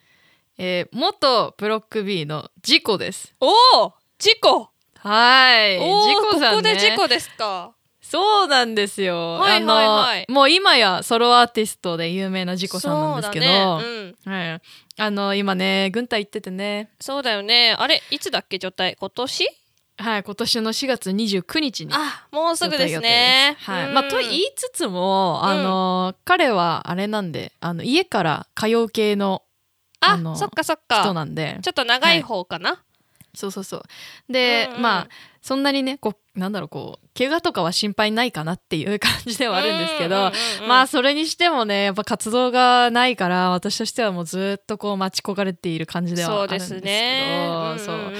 えー元ブロック B の事故ですおお事故はいお事お故さんねここで事故ですかそうなんですよ。はいはいはいあのもう今やソロアーティストで有名なジコさんなんですけど、そうだね、うん、はい、あの今ね軍隊行っててね、そうだよねあれいつだっけ除隊今年はい、今年の4月29日に。あもうすぐです状態予定ねですはいうんまあ、と言いつつも、あの彼はあれなんであの家から通う系のああのそっかそっ人かなんでちょっと長い方かな、そうそうそうで、うんうんまあそんなにねこうなんだろうこう怪我とかは心配ないかなっていう感じではあるんですけど、まあそれにしてもねやっぱ活動がないから私としてはもうずっとこう待ち焦がれている感じではそあるうんでですけすどねそうんうんううん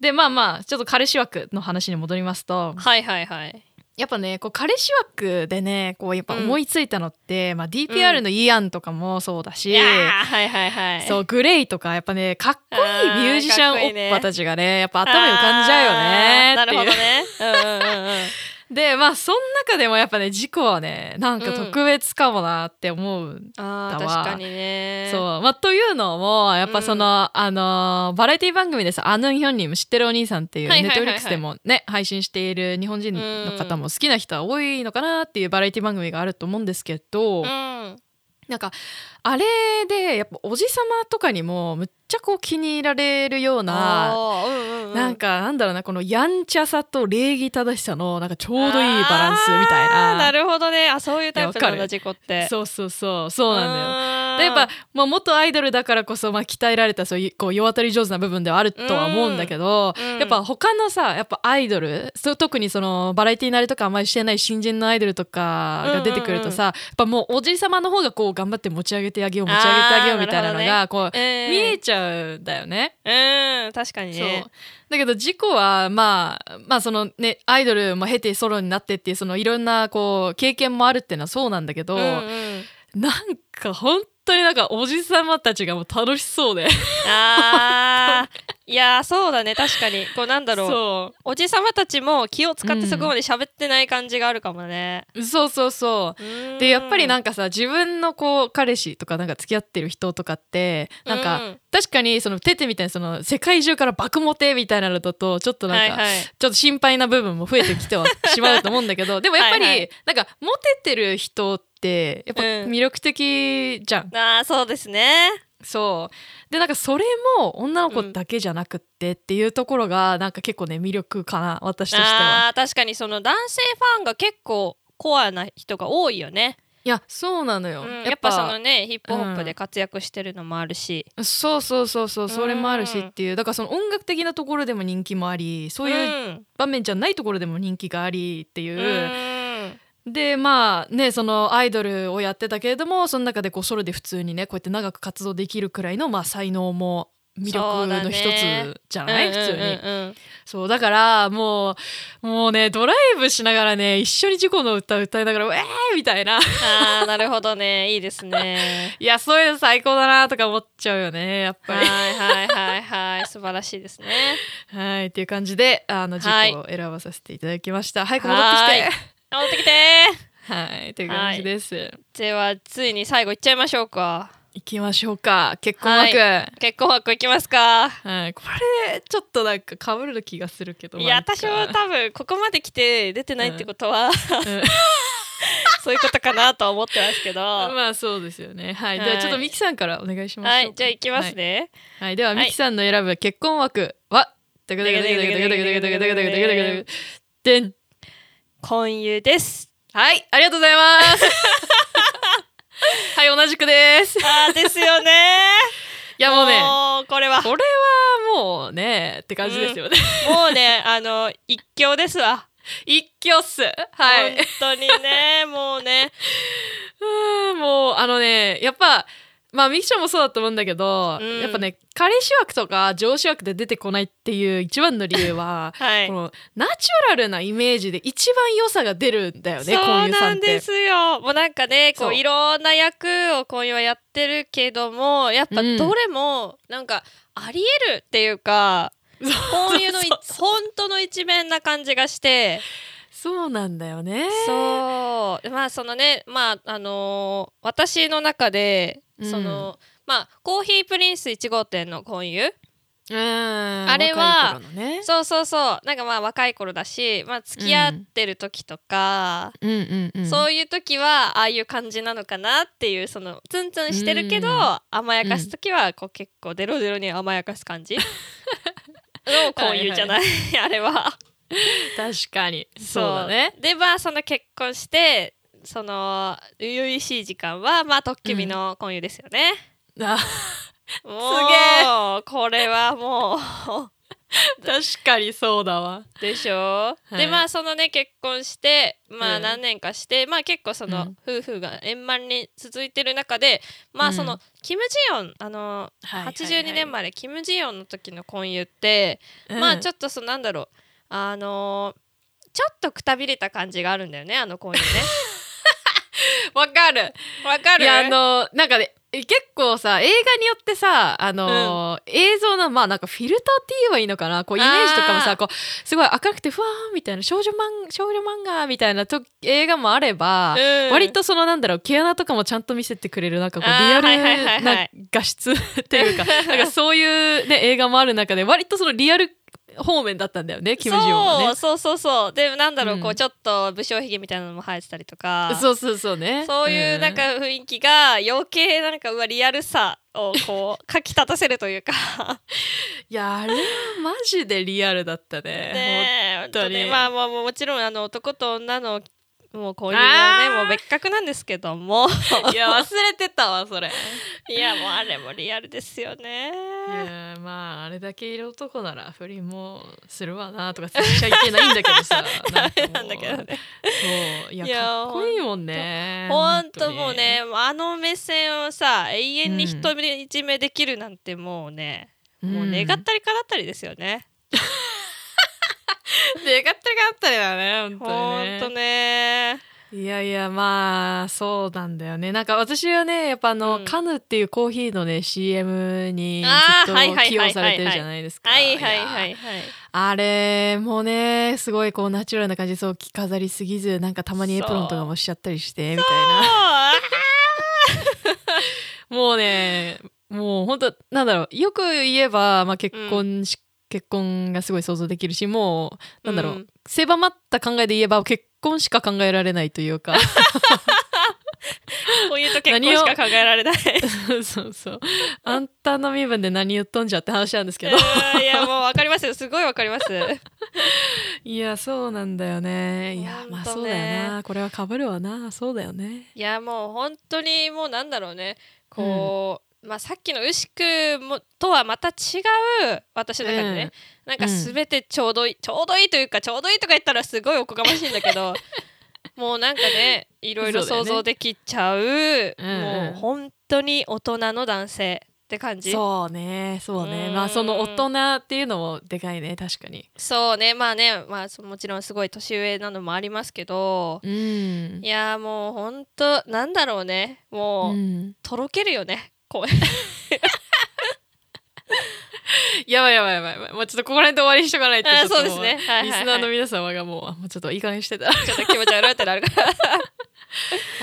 でまあまあちょっと彼氏枠の話に戻りますとはいはいはいやっぱねこう彼氏枠でねこうやっぱ思いついたのって、まあ、DPR のイアンとかもそうだいし、やーはいはいはいそうグレイとかやっぱねかっこいいミュージシャあーかっこンいいねおっぱたちがねやっぱ頭に浮かんじゃうよねあーってなるほいうどね うんうんうんうんでまあその中でもやっぱね事故はねなんか特別かもなって思うあーだ確わかにねそう、まあ、というのもやっぱその、あのーバラエティ番組でさ「アヌンヒョンニム知ってるお兄さん」っていうはいネはいッはいトはフリいックスでもね配信している日本人の方も好きな人は多いのかなっていうバラエティ番組があると思うんですけど、うんなんかあれでやっぱおじさまとかにもむっちゃこう気に入られるような。あーうんうんうんなんかなんだろうなこのやんちゃさと礼儀正しさのなんかちょうどいいバランスみたいあーななるほどねあそういうタイプなわかんだる事故ってそうそうそうそうなんだよよでやっぱ、まあ、元アイドルだからこそ、まあ、鍛えられたそういうこう世渡り上手な部分ではあるとは思うんだけど、うんやっぱ他のさやっぱアイドルそう特にそのバラエティー慣れとかあんまりしてない新人のアイドルとかが出てくるとさ、やっぱもうおじいさまの方がこう頑張って持ち上げてあげよう持ち上げてあげようあみーたいなのながこう、見ええちゃうんだよね。ー、うん確かにそうねだけど事故はまあまあそのねアイドルも経てソロになってっていうそのいろんなこう経験もあるっていうのはそうなんだけど、うんうんなんか本当になんかおじさまたちがもう楽しそうであーいやーそうだね確かにこうなんだろうそおじさまたちも気を使ってそこまで喋ってない感じがあるかもね、うそうそうそうでやっぱりなんんかさ自分のこう彼氏とかなんか付き合ってる人とかってなんか、確かにそのテテみたいなその世界中から爆モテみたいなのだとちょっとなんか、はいはいちょっと心配な部分も増えてきてはしまうと思うんだけ どでもやっぱりはいはいなんかモテてる人ってやっぱうん魅力的じゃん、あーそうですねそうでなんかそれも女の子だけじゃなくってっていうところがなんか結構ね魅力かな私としては。あー確かにその男性ファンが結構コアな人が多いよね、いやそうなのよ、うんやっぱそのねヒップホップで活躍してるのもあるし、そうそうそうそうそれもあるしうんっていうだからその音楽的なところでも人気もありそうういううん場面じゃないところでも人気がありっていうう、んでまあねそのアイドルをやってたけれどもその中でこうソロで普通にねこうやって長く活動できるくらいの、まあ、才能も魅力の一つじゃない、うん普通に、うんうんうんそうだからもうもうねドライブしながらね一緒に事故の歌歌いながら「ウェー!」みたいな あーなるほどねいいですねいやそういうの最高だなとか思っちゃうよね やっぱはいり。はいはいはい素晴らしいですねはいっていう感じであの事はい故を選ばさせていただきました。早く戻ってはーいきて。戻ってきてはいという感じです。ではついに最後いっちゃいましょうか行きましょうか結婚枠。はい結婚枠いきますかこれちょっとなんか被る気がするけどいやなんか私も多分ここまで来て出てないってことは、ん そういうことかなとは思ってますけど、はまあそうですよねはい、はいではちょっとミキさんからお願いしますいじゃあいきますね、はい、はいではミキさんの選ぶ結婚枠はでん婚友です。はい、ありがとうございます。はい、同じくです。いあーですよね やもうね、もうこれはこれはもうね、って感じですよね。もうねあの一強ですわ。一挙っす。はい。本当にねもうね。うーん もうあのねやっぱまあミキちゃんもそうだと思うんだけど、うんやっぱね彼氏枠とか上司枠で出てこないっていう一番の理由は はいこ。のナチュラルなイメージで一番良さが出るんだよねそこうういうさなんっんてで。すよもうなんかねこそうういろんな役を今夜はやってるけどもやっぱうんどれもなんかありえるっていうか、こういうのいそう本当の一面な感じがして、そうなんだよね。そうでまあそのねまああのー私の中でうんその、まあコーヒープリンス1号店の婚友うーんあれは若い頃のねそうそうそうなんかまあ若い頃だし、まあ、付き合ってる時とか、うんうんうん、そういう時はああいう感じなのかなっていうそのツンツンしてるけど、うん甘やかす時はこう結構デロデロに甘やかす感じ のこういうじゃない あれは。確かにそうだね。でまあその結婚してその初々しい時間はまあとっきびの婚友ですよね。あもうすげこれはもう。 確かにそうだわ。でしょ、はいでまあそのね結婚してまうあん何年かして、まあ結構その、夫婦が円満に続いてる中でまうあんその、キム・ジヨンあの、はいはいはい82年生まれキム・ジヨンの時の婚友って、まあちょっとそのなんだろうあのーちょっとくたびれた感じがあるんだよねあの婚友ね。とわかる。 わかるいやあのなんかねえ結構さ映画によってさあの、映像のまあなんかフィルターって言えばいいのかなこうイメージとかもあさーこうすごい明るくてふわーんみたいな少女漫少女漫画みたいなと映画もあれば、うん割とそのなんだろう毛穴とかもちゃんと見せてくれるなんかこうリあーアルはいはいはいはない画質って いうかなんかそういう、ね、映画もある中で割とそのリアル方面だったんだよねキム・ジヨンはね。そうそうそうそうでなんだろう、うんこうちょっと武将髭みたいなのも生えてたりとかそうそうそう ね。そういうなんか雰囲気が余計なんかうわリアルさをこうかき立たせるというかいやあれはマジでリアルだったね。 ねえ当に本当にまあまあもうもちろんあの男と女のもうこういうのはあねーもう別格なんですけどもいや忘れてたわそれ。 いやもうあれもリアルですよねいやまああれだけいる男なら不倫もするわなとか言っちゃいけないんだけど さダメなんだけどなんかもねうそういやいやかっこいいもんねほんとにもうねあの目線をさ永遠に独り占めできるなんてもうね、もう願ったんりかなったりですよね、願ったりかなったりだね本ほ当んにとねねいやいやまあそうなんだよねなんか私はねやっぱあの、うんカヌっていうコーヒーのね CM にあーずっはいはいとは起い用されてるじゃないですかはいはいはいいや はいあれもねすごいこうナチュラルな感じそう着飾りすぎずなんかたまにエプロンとかもしちゃったりしてみたいなあーもうね、もう本当なんだろう、よく言えば、まあ、結婚し、結婚がすごい想像できるし、もう、なんだろう、うん狭まった考えで言えば、結婚しか考えられないという か、こういうと結婚しか考えられない。そうそう。あんたの身分で何言っとんじゃって話なんですけど。うんい やもうわかりますよ。すごいわかります。いや、そうなんだよね。いや、まあほんそとうねだよな。これは被るわな。そうだよね。 いやもう本当にもうなんだろうね。こう、まあさっきの牛久もとはまた違う私の中でね、なんか全てちょうどいい、ちょうどいいというかちょうどいいとか言ったらすごいおこがましいんだけ どもうなんかねいろいろそうだよ想ね像できちゃううんもう本当に大人の男性って感じそうね、そうね。うんまあ、その大人っていうのもでかいね、確かに。そうねまあね、まあ、そもちろんすごい年上なのもありますけどうんい。やーもうほんとなんだろうねもう、うんとろけるよね声やばいやばいやばいやばい。もうちょっとここら辺で終わりにしとかないと。あちょっとそうですねはいはいリはいスナーの皆様がもうあ、もうちょっといい加減してた。 ちょっと気持ち悪いってなるから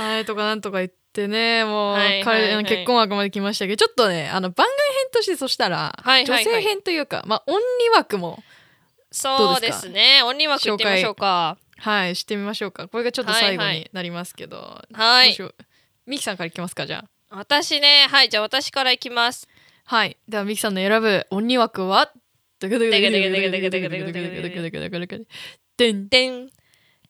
はい、とかなんとか言ってね、もう、はいはいは彼い結婚枠まで来ましたけど、ちょっとね、あの、番外編としてそしたら、はいはいはい女性編というか、まあ、オンリー枠も、そうですね鬼枠行ってみましょうかはい、してみましょうか。これがちょっと最後はいはになりますけど、はどういしよう。ミキさんからいきますか、じゃあ。私ねはいじゃあ私からいきますはい。では、ミキさんの選ぶオンリー枠は、ででででででででででででででんでん、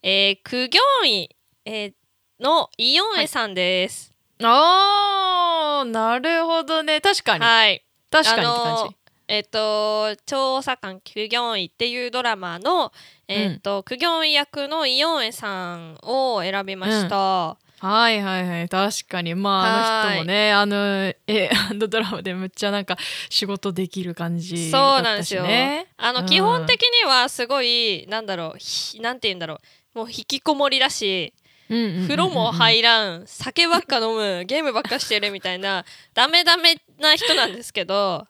えー、苦行員、えーのイオンエさんです。あーなるほどね確かに、はい。確かにってあ感のえっ、と調査官苦行員っていうドラマのえっ、と、苦行員役のイオンエさんを選びました。じはいはいはい確かにまああの人もねあのえあのドラマでむっちゃなんか仕事できる感じそうだなんっでたすしよ。ねあうのん基本的にはすごいなんだろうひなんて言うんだろうもう引きこもりだしうんうんうんうん風呂も入らん酒ばっか飲 むゲームばっかしてるみたいなダメダメな人なんです けど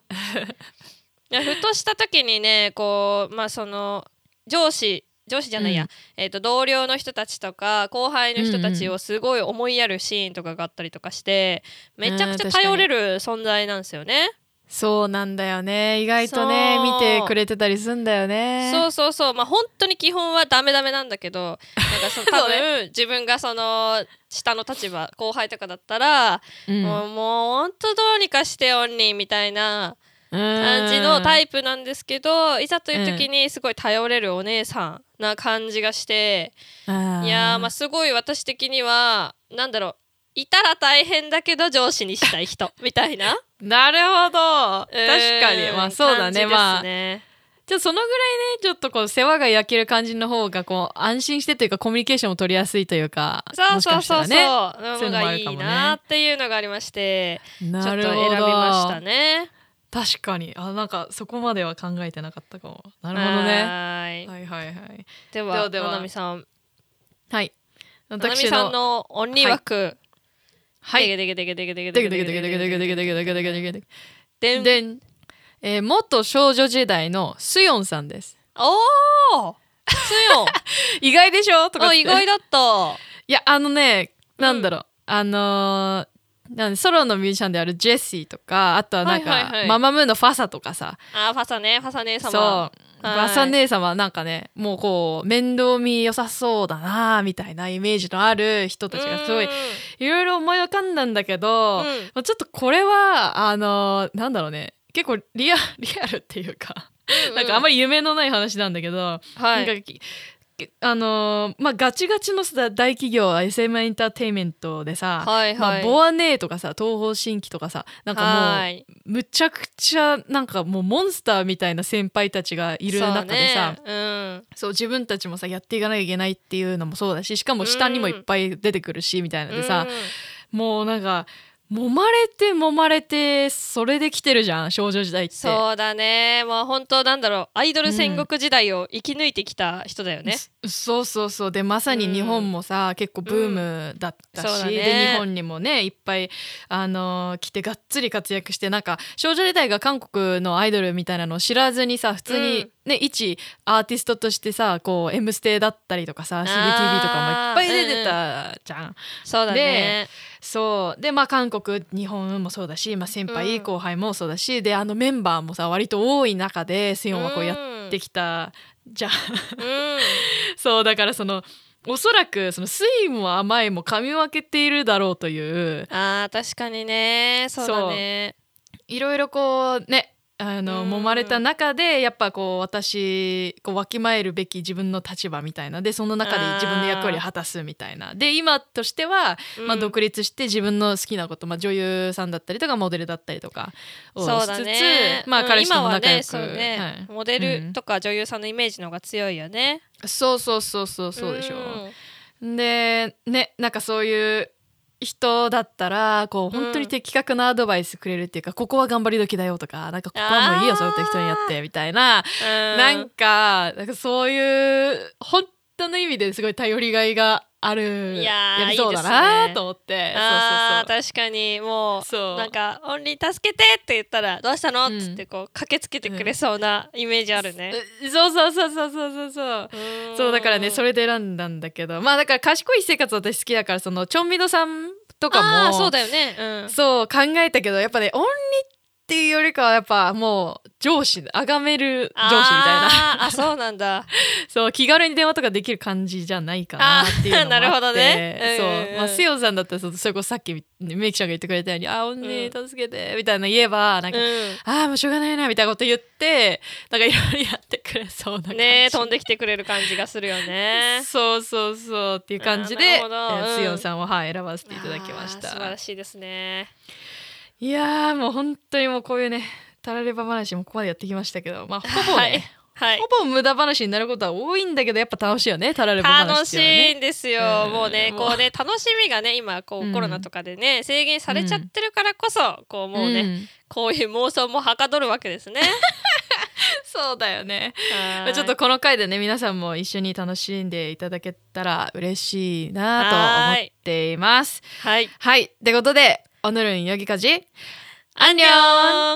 いやふとした時にねこうまあその上司上司じゃないや、うんえー、と同僚の人たちとか後輩の人たちうんをすごい思いやるシーンとかがあったりとかしてめちゃくちうゃん確か頼にれる存在なんですよね。そうなんだよね意外とねそう見てくれてたりすんだよねそうそうそうまあ本当に基本はダメダメなんだけどなんか その多そう分、自分がその下の立場後輩とかだったら、うんもうもう本当どうにかしてオンリーみたいな感感じのタイイプなんですけどいざという時にすごい頼れるお姉さんな感じがして、プいいやーまあすごい私的にはなんだろういたら大変だけど上司にしたい人みたいななるほ ど確かうにんまあそうだ感じでねすまあねじゃあそのぐらいねちょっとこう世話が焼ける感じの方がこう安心してというかコミュニケーションも取りやすいというかそうそうそうそう、ものそういうのもあがいるかもねいなっていうのがありまして、しちょかっしたとらね選びましたね。確かにあなんかそこまでは考えてなかったかもなるほどねはい。はいはいはいででは、はではななみさん、はいななみさんのオンリー枠、はでいげでげでげでげでげでけでげでけでげででけでげでけでけげででけでけでけでけでけででけんでんえー元少女時代のスヨンさんですおお、つよ。意外でしょとかっあ、て意外だった。いやあのねなんだろう、あのーなんソロのミュージシャンであるジェシーとかあとはなんか、はいはいはいママムーンのファサとかさあ、ファサね、ファサ姉そう様。いバサ姉様なんかねもうこう面倒見良さそうだなみたいなイメージのある人たちがすごいうんいろいろ思い浮かんだんだけど、うんまあちょっとこれはあのーなんだろうね結構リアリアルっていうか、なんかあんまり夢のない話なんだけど、はい。なんかききあのーまあガチガチのさ大企業 SM エンターテインメントでさ、はいまはあ、い。ボアネーとかさ東方神起とかさなんかもう、はいむちゃくちゃなんかもうモンスターみたいな先輩たちがいる中でさそう,、そうねうん。自分たちもさやっていかなきゃいけないっていうのもそうだししかも下にもいっぱい出てくるしみたいなのでさ、うもうなんか揉まれて揉まれてそれで来てるじゃん少女時代って。んそうだねまあ本当なんだろうアイドル戦国時代を生き抜いてきた人だよね、そそうそうそうでまさに日本もさ、結構ブームだったうんそうし、だねで日本にもねいっぱい、あのー来てがっつり活躍してなんか少女時代が韓国のアイドルみたいなのを知らずにさ普通うにん、ね一アーティストとしてさこう「M ステ」だったりとかさ CCTV とかもいっぱい出てたじゃん。そうだねそうでまあ韓国日本もそうだし、まあ、先輩、うん後輩もそうだしであのメンバーもさ割と多い中でスヨンはこうやっってきたじゃん。 うんそうだからそのおそらくその酸いも甘いも噛み分けているだろうというあー確かにねそうだねいろいろこうねあのうん揉まれた中でやっぱこう私こうわきまえるべき自分の立場みたいなでその中であー自分の役割を果たすみたいなで今としては、まあ、うん独立して自分の好きなこと、まあ、女優さんだったりとかモデルだったりとかをしそうつだつ、ねまあ、うん彼氏とも今は仲良ねく、そうねはいモデルとか女優さんのイメージの方が強いよねそうそうそうそうそうでしょ。んでねなんかそういう人だったらこううん本当に的確なアドバイスくれるっていうか、ここは頑張り時だよとかなんかここはもういいよあーそういう適当にやってみたいな、うんなんかなんかそういう本当の意味ですごい頼りがいがあるいやーりそうだいいですなねと思ってあーそうそう確かにもうそうなんか「オンリー助けて!」って言ったら「どうしたの?」うんっつってこう駆けつけてくれそうなイメージあるね、そうそうそうそうそうそうそううんそうだからねそれで選んだんだけどまあだから賢い生活私好きだからそのチョンミドさんとかあもーそうだよねうんそう考えたけどやっぱねオンリーっていうよりかはやっぱもう上司崇める上司みたいな あーあそうなんだそう気軽に電話とかできる感じじゃないかなっていうのもあってあーなるほどねうんうんうんそう、まあ、セオさんだったらそうそれこそさっきメイキちゃんが言ってくれたように「あーおんねう助けて」みたいな言えばなんうか「んああもうしょうがないな」みたいなこと言ってなんかいろいろやってくれそうな感じねえ飛んできてくれる感じがするよ ねそうそうそうっていう感じで、あーえなるほどうんー、セオさんを、はい、選ばせていただきましあー素晴たらしいですねいやーもう本当にもうこういうねたられば話もここまでやってきましたけどまあほぼね、はいはいほぼ無駄話になることは多いんだけどやっぱ楽しいよねたられば話楽っしていうのはねいんですよ、うんもうねもうこうね楽しみがね今こうんうコロナとかでね、制限されちゃってるからこそこうもうね、んこういう妄想もはかどるわけで すねそうだよね、 はいちょっとこの回でね皆さんも一緒に楽しんでいただけたら嬉しいなと思っていますはいはいってことでおぬるんよぎかじアンニョンあん